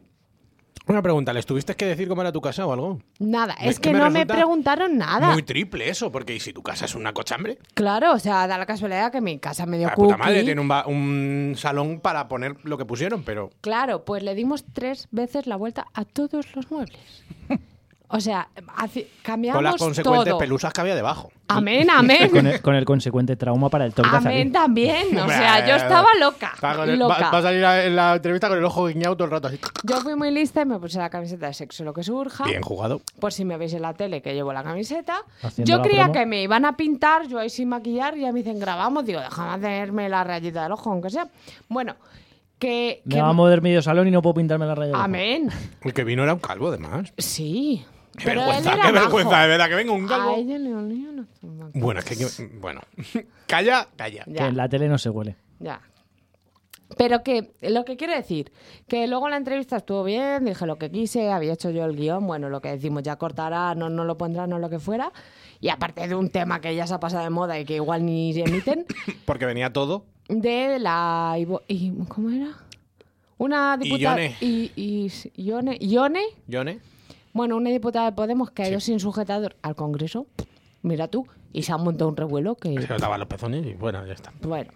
D: Una pregunta, ¿les tuviste que decir cómo era tu casa o algo?
E: Nada,
D: Me-
E: es
D: que
E: que
D: me
E: no me
D: resulta
E: preguntaron nada.
D: Muy triple eso, porque ¿y si tu casa es una cochambre?
E: Claro, o sea, da la casualidad que mi casa medio
D: La
E: cookie.
D: Ah, puta madre tiene un, ba- un salón para poner lo que pusieron, pero
E: Claro, pues le dimos tres veces la vuelta a todos los muebles. O sea, haci- cambiamos
D: con las consecuentes
E: todo.
D: pelusas que había debajo.
E: Amén,
F: Y
E: amén.
F: Con el, con el consecuente trauma para el top de
E: Amén
F: Zalín.
E: también. O
D: Hombre,
E: sea, yo
D: eh,
E: estaba loca.
D: Está con el- va,
E: loca.
D: va a salir a- en la entrevista con el ojo guiñado todo el rato así.
E: Yo fui muy lista y me puse la camiseta de sexo, lo que surja.
D: Bien jugado.
E: Por si me veis en la tele que llevo la camiseta.
F: Haciendo
E: yo
F: la
E: creía
F: promo.
E: que me iban a pintar, yo ahí sin maquillar, y ya me dicen, grabamos. Digo, déjame hacerme la rayita del ojo, aunque sea. Bueno, que.
F: Me
E: que-
F: va a mover medio salón y no puedo pintarme la raya.
E: Amén.
D: El que vino era un calvo, además.
E: Sí.
D: Qué
E: Pero él
D: vergüenza,
E: era
D: qué vergüenza,
E: majo.
D: de verdad, que venga un calvo.
E: A ella le olía una tumba.
D: Bueno, es que. Bueno. calla, calla.
F: Que
E: Ya.
F: en la tele no se huele.
E: Ya. Pero que lo que quiero decir, que luego la entrevista estuvo bien, dije lo que quise, había hecho yo el guión, bueno, lo que decimos ya cortará, no, no lo pondrá, no lo que fuera. Y aparte de un tema que ya se ha pasado de moda y que igual ni se emiten,
D: Porque venía todo.
E: de la... Ivo- y- ¿Cómo era? Una diputada...
D: Ione.
E: Y, y- Ione- Ione,
D: Yone.
E: bueno, una diputada de Podemos que ha ido sin sujetador al Congreso, mira tú, y se ha montado un revuelo que...
D: Se notaba los pezones y bueno, ya está.
E: Bueno,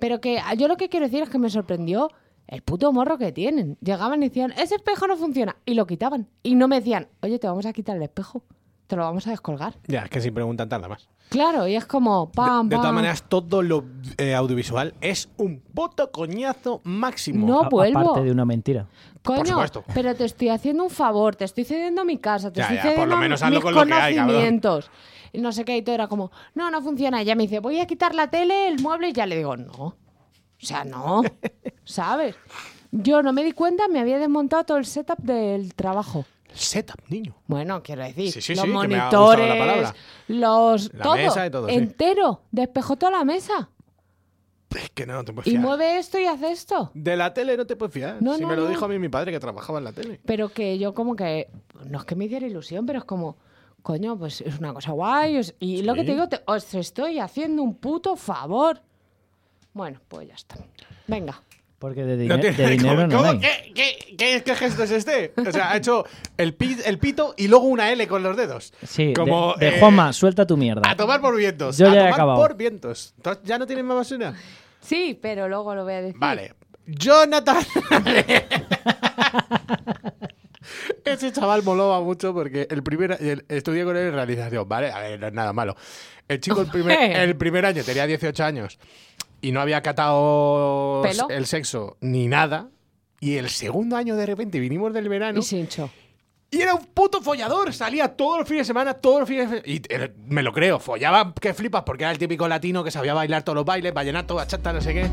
E: pero que yo lo que quiero decir es que me sorprendió el puto morro que tienen. Llegaban y decían, ese espejo no funciona. Y lo quitaban. Y no me decían, oye, te vamos a quitar el espejo. Te lo vamos a descolgar.
D: Ya, es que si preguntan tarda más.
E: Claro, y es como, pam,
D: De
E: pam.
D: todas maneras, todo lo eh, audiovisual es un puto coñazo máximo.
E: No
F: A-
E: vuelvo.
F: Aparte de una mentira.
D: por
E: Coño,
D: supuesto.
E: pero te estoy haciendo un favor, te estoy cediendo mi casa, te
D: Ya,
E: estoy
D: ya, por
E: cediendo
D: lo menos hazlo
E: mis
D: con lo que hay, cabrón.
E: conocimientos. y no sé qué, y todo era como, no, no funciona. Y ya me dice, voy a quitar la tele, el mueble, y ya le digo, no. O sea, no. ¿Sabes? Yo no me di cuenta, me había desmontado todo el setup del trabajo.
D: Setup, niño.
E: Bueno, quiero decir,
D: Sí, sí,
E: los
D: sí, que me ha gustado la
E: monitores,
D: palabra.
E: los
D: La
E: todo,
D: mesa y todo, sí.
E: entero, despejó toda la mesa.
D: Es que no, no te puedes
E: Y
D: fiar.
E: mueve esto y hace esto.
D: De la tele no te puedes fiar.
E: No,
D: si
E: no,
D: me lo
E: no.
D: dijo a mí mi padre que trabajaba en la tele.
E: Pero que yo como que, no es que me hiciera ilusión, pero es como, coño, pues es una cosa guay. os- y lo que te digo, te- os estoy haciendo un puto favor. Bueno, pues ya está. Venga.
F: Porque de,
D: No
F: diner-
D: tiene-
F: Eh, de dinero
D: ¿Cómo-
F: no
D: cómo?
F: hay.
D: ¿Qué, qué, qué, qué gesto es este? O sea, ha hecho el, pi- el pito y luego una L con los dedos.
F: Sí, de-
D: Como,
F: de,
D: eh,
F: Juanma, suelta tu mierda.
D: A tomar por vientos.
F: Yo
D: a
F: ya he
D: tomar
F: acabado.
D: por vientos. Entonces, ¿Ya no tienes más basura?
E: Sí, pero luego lo voy a decir.
D: Vale. Jonathan. Ese chaval molaba mucho porque el primer el- estudié con él en realización, ¿vale? A ver, no es nada malo. El chico el primer, el primer año tenía 18 años y no había catado
E: Pelo.
D: el sexo ni nada. Y el segundo año de repente vinimos del verano
E: Y Sincho.
D: y era un puto follador. Salía todos los fines de semana, todos los fines de semana. Y eh, me lo creo, follaba que flipas porque era el típico latino que sabía bailar todos los bailes, vallenato, bachata, no sé qué.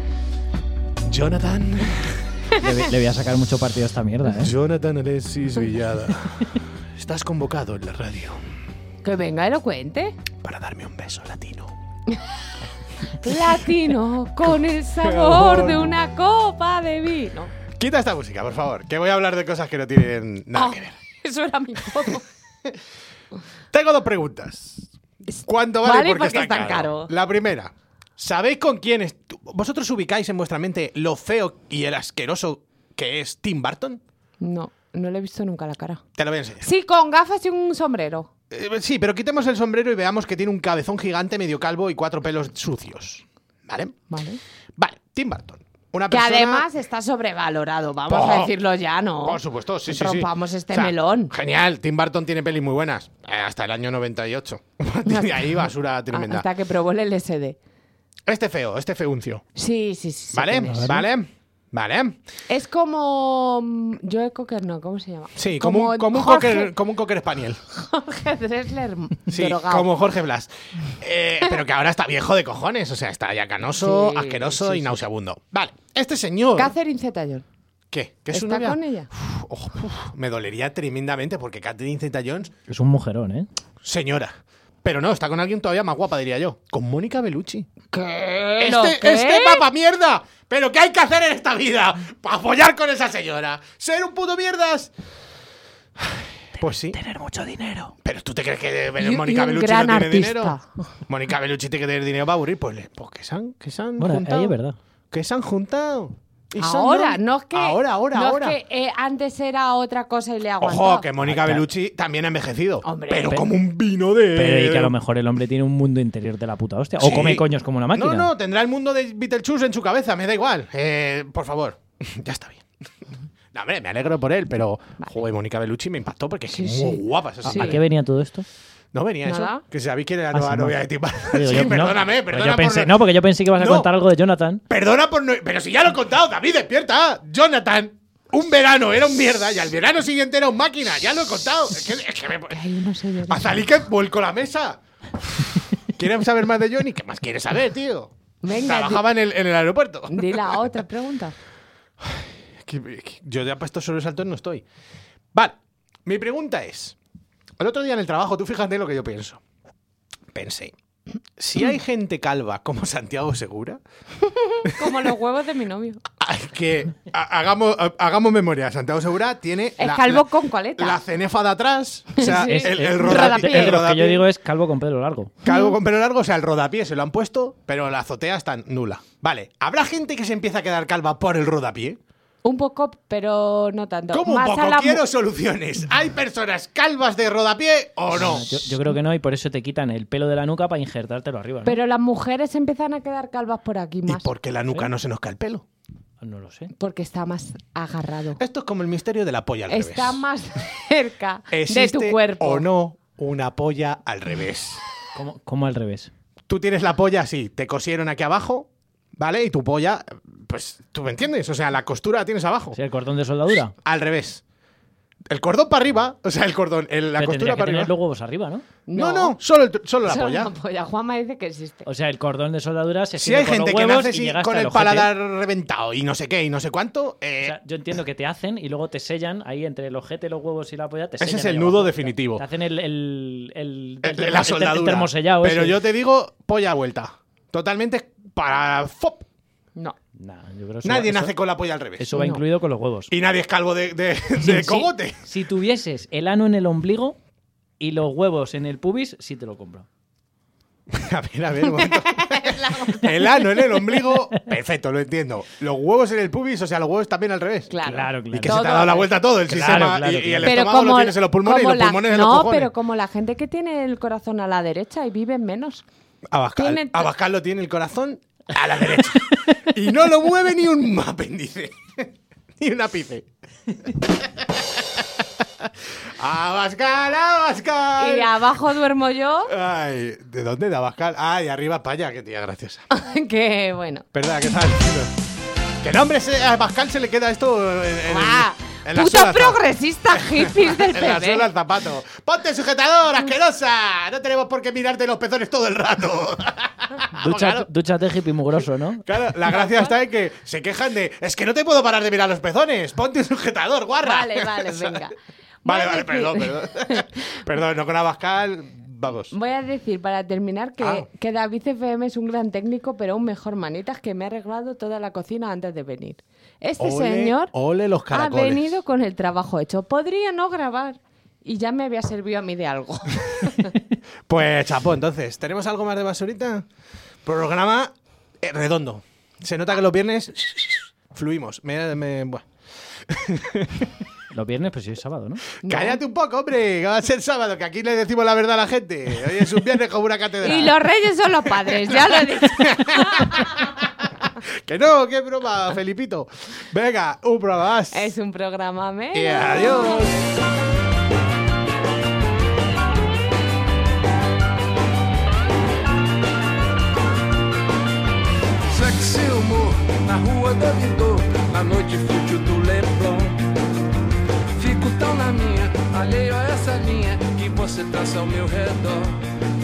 D: Jonathan.
F: Le, voy- le voy a sacar mucho partido a esta mierda, ¿eh?
D: Jonathan Alexis Villada. Estás convocado en la radio.
E: Que venga elocuente.
D: para darme un beso latino.
E: Latino con el sabor de una copa de vino.
D: Quita esta música, por favor, que voy a hablar de cosas que no tienen nada
E: Ah,
D: que ver.
E: Eso era mi foto.
D: Tengo dos preguntas. ¿Cuánto vale,
E: Vale,
D: porque,
E: porque
D: es
E: es
D: tan
E: tan
D: caro?
E: caro.
D: La primera, ¿sabéis con quién es? ¿Vosotros ubicáis en vuestra mente lo feo y el asqueroso que es Tim Burton?
E: No, no le he visto nunca la cara.
D: Te lo voy a enseñar.
E: Sí, con gafas y un sombrero.
D: Eh, sí, pero quitemos el sombrero y veamos que tiene un cabezón gigante medio calvo y cuatro pelos sucios. ¿Vale?
E: Vale.
D: Vale, Tim Burton. Una
E: Que
D: persona...
E: además está sobrevalorado, vamos
D: Por-
E: a decirlo ya, ¿no?
D: Por supuesto, sí, sí, sí.
E: Rompamos este
D: O sea,
E: melón.
D: Genial, Tim Burton tiene pelis muy buenas. eh, hasta el año 98. De ahí basura tremenda.
E: Ah, Hasta que probó el LSD.
D: Este feo, este feuncio.
E: Sí, sí, sí. sé
D: ¿Vale?
E: quién es.
D: ¿Vale? ¿Vale?
E: Es como. mm, Joe Cocker, no, ¿cómo se llama?
D: Sí, como, un, como, un
E: Jorge-
D: cocker, como un cocker spaniel.
E: Jorge Dressler.
D: Sí,
E: drogado.
D: como Jorge Blas. Eh, pero que ahora está viejo de cojones. O sea, está ya canoso,
E: Sí,
D: asqueroso y
E: sí, sí.
D: nauseabundo. Vale, este señor.
E: Catherine Zeta-Jones.
D: ¿Qué? ¿Qué es su
E: ¿Está
D: novia?
E: con ella?
D: Uf, ojo, uf, oh, me dolería tremendamente porque Catherine Zeta-Jones,
F: Es un mujerón, ¿eh?
D: señora. Pero no, está con alguien todavía más guapa, diría yo. Con Mónica Bellucci.
E: ¿Qué? ¿Lo
D: Este,
E: qué?
D: este papa mierda. Pero ¿qué hay que hacer en esta vida? Para follar con esa señora. Ser un puto mierdas. Pues sí. Tener mucho dinero. Pero tú te crees que eh,
E: Y- y
D: Mónica
E: un
D: Bellucci
E: gran
D: no tiene
E: artista.
D: dinero. Mónica Bellucci tiene que tener dinero para aburrir. Pues, le- pues que se han, que se han
F: Bueno,
D: juntado.
F: ahí es verdad.
D: Que se han juntado. Y se han
E: Ahora,
D: dado-
E: no es que.
D: Ahora, ahora,
E: no es
D: ahora.
E: que, eh, antes era otra cosa y le aguantó.
D: Ojo, que Mónica
F: Ah, claro.
D: Bellucci también ha envejecido.
E: Hombre.
D: pero
F: Pe-
D: como un vino de.
F: Pero y que a lo mejor el hombre tiene un mundo interior de la puta hostia.
D: Eh, Sí.
F: O come coños como una máquina.
D: No, no, tendrá el mundo de Beetlejuice en su cabeza, me da igual. Eh, por favor, ya está bien. No, hombre, me alegro por él, pero joder, Mónica Bellucci me impactó porque es
E: Sí,
D: muy
E: sí.
D: guapa esa
F: ¿A- ¿A
D: señora.
F: qué venía todo esto?
D: No venía
E: Nada.
D: eso. Que sabéis quién era la
F: Ah,
D: nueva
F: sí,
D: novia
F: no.
D: de Tim Burton.
F: Digo,
D: Sí,
F: yo- no,
D: perdóname,
F: pues
D: perdona
F: yo pensé,
D: por...
F: No, pues- porque yo pensé que ibas a
D: No.
F: contar algo de Jonathan.
D: Perdona por no... Pero si ya lo he contado, David, despierta. Jonathan, un verano era un mierda y al verano siguiente era un máquina. Ya lo he contado. Es que, es que me...
E: Hay unos señores.
D: Azalí que volcó la mesa. ¿Quieren saber más de Johnny? ¿Qué más quieres saber, tío?
E: Venga,
D: Trabajaba en el, en el aeropuerto.
E: Di la otra pregunta.
D: Que- que- Yo ya para estos sobresaltos no estoy. Vale, mi pregunta es: el otro día en el trabajo, tú fíjate lo que yo pienso. Pensé, si hay gente calva como Santiago Segura,
E: Como los huevos de mi novio.
D: hay que ha- hagamos, ha- hagamos memoria. Santiago Segura tiene.
E: Es calvo con coleta.
D: La cenefa de atrás. O sea,
E: Sí.
D: el, el
F: Eh,
D: rodapi-
E: rodapié.
D: el
F: Lo que yo
D: rodapié.
F: digo es calvo con pelo largo.
D: Calvo con pelo largo, o sea, el rodapié se lo han puesto, pero la azotea está nula. Vale, ¿habrá gente que se empieza a quedar calva por el rodapié?
E: Un poco, pero no tanto.
D: ¿Cómo un
E: Más a
D: poco?
E: la mu-
D: Quiero soluciones. ¿Hay personas calvas de rodapié
E: Ah,
D: o no?
F: Yo, yo creo que no, y por eso te quitan el pelo de la nuca para injertártelo arriba. ¿no?
E: Pero las mujeres empiezan a quedar calvas por aquí
D: ¿Y
E: más.
D: por qué la nuca no se nos cae el pelo?
F: No lo sé.
E: Porque está más agarrado.
D: Esto es como el misterio de la polla al
E: Está
D: revés.
E: más cerca de
D: ¿Existe
E: tu cuerpo.
D: o no una polla al revés?
F: ¿Cómo, cómo al revés?
D: Tú tienes la polla así, te cosieron aquí abajo, ¿vale? Y tu polla, pues, ¿tú me entiendes? O sea, la costura la tienes abajo.
F: O sea, el cordón de soldadura.
D: Al revés. El cordón para arriba, o sea, el cordón, el- la
F: Pero
D: costura
F: tendría que
D: para
F: tener
D: arriba.
F: los huevos arriba, ¿no?
D: No, no, solo, el- solo la
E: Solo
D: polla.
E: una polla. Juanma dice que existe.
F: O sea, el cordón de soldadura se
D: Si
F: extiende
D: hay
F: por
D: gente
F: los
D: que
F: huevos
D: nace
F: y
D: sin-
F: llega hasta
D: con
F: el
D: el
F: ojete.
D: paladar reventado y no sé qué y no sé cuánto, eh,
F: O sea, yo entiendo que te hacen y luego te sellan ahí entre el ojete, los huevos y la polla. Te
D: Ese
F: sellan
D: es el
F: ahí
D: nudo
F: abajo.
D: definitivo.
F: Te hacen el, el, el,
D: Eh,
F: el termo-
D: la
F: el ter-
D: soldadura.
F: el termosellado
D: Pero
F: ese.
D: yo te digo, polla vuelta. Totalmente para fop.
E: No.
F: Nah, yo creo eso-
D: Nadie
F: eso-
D: nace con la polla al revés.
F: Eso va
E: No.
F: incluido con los huevos.
D: Y nadie es calvo de, de, de
F: Sí,
D: cogote.
F: Si tuvieses el ano en el ombligo y los huevos en el pubis, sí te lo compro.
D: A ver, a ver, un momento. el ano en el ombligo, perfecto, lo entiendo. Los huevos en el pubis, o sea, los huevos también al revés.
E: Claro.
F: Claro, claro.
D: Y que
E: Todo
D: se te ha dado la
E: al
D: vuelta todo el
F: Claro,
D: sistema
F: claro,
D: y- y, el
F: claro.
D: estómago lo tienes en los pulmones y
E: como
D: los
E: la-
D: pulmones en
E: no,
D: los cojones.
E: pero como la gente que tiene el corazón a la derecha y viven menos.
D: Abascal,
E: tiene-
D: Abascal lo tiene el corazón a la derecha. y no lo mueve ni un apéndice. ni un ápice. Abascal,
E: Y de
D: Abascal.
E: abajo duermo yo,
D: Ay, ¿de dónde de Abascal? Ay, arriba Paya, qué tía graciosa.
E: que bueno.
D: Perdón, ¿qué tal? Que nombre se- a Abascal se le queda esto en, en-
E: ¡Ah!
D: en la
E: ¡Puto
D: suela del zap-
E: progresista hippies
D: en
E: del
D: la suela
E: PP!
D: del zapato. Ponte sujetador, asquerosa. No tenemos por qué mirarte los pezones todo el rato. Ah,
F: Ducha, dúchate hippie mugroso, ¿no?
D: Claro, la gracia está en que se quejan de es que no te puedo parar de mirar los pezones, ponte un sujetador, guarra.
E: Vale, vale, venga.
D: Vale,
E: Voy
D: vale,
E: a decir-
D: perdón, perdón. perdón, no con Abascal, Vamos.
E: Voy a decir para terminar que,
D: Ah.
E: que David FM es un gran técnico, pero un mejor manitas que me ha arreglado toda la cocina antes de venir. Este
D: Ole,
E: señor
D: ole los
E: ha
D: caracoles.
E: venido con el trabajo hecho. Podría no grabar y ya me había servido a mí de algo.
D: Pues chapó, entonces, ¿tenemos algo más de basurita? Programa eh, redondo. Se nota que los viernes fluimos. Me- me- buah.
F: Los viernes, pues sí, es sábado, ¿no?
D: Cállate un poco, hombre, que va a ser sábado, que aquí le decimos la verdad a la gente. Hoy es un viernes como una catedral.
E: y los reyes son los padres, ya lo he dicho.
D: Que no, qué broma, Felipito. Venga, un programa más.
E: Es un programa menos.
D: Y adiós.
I: Sexy humor na rua da Vidor, na noite fútil do Leblon. Fico tão na minha, alheio a essa linha que você traça ao meu redor.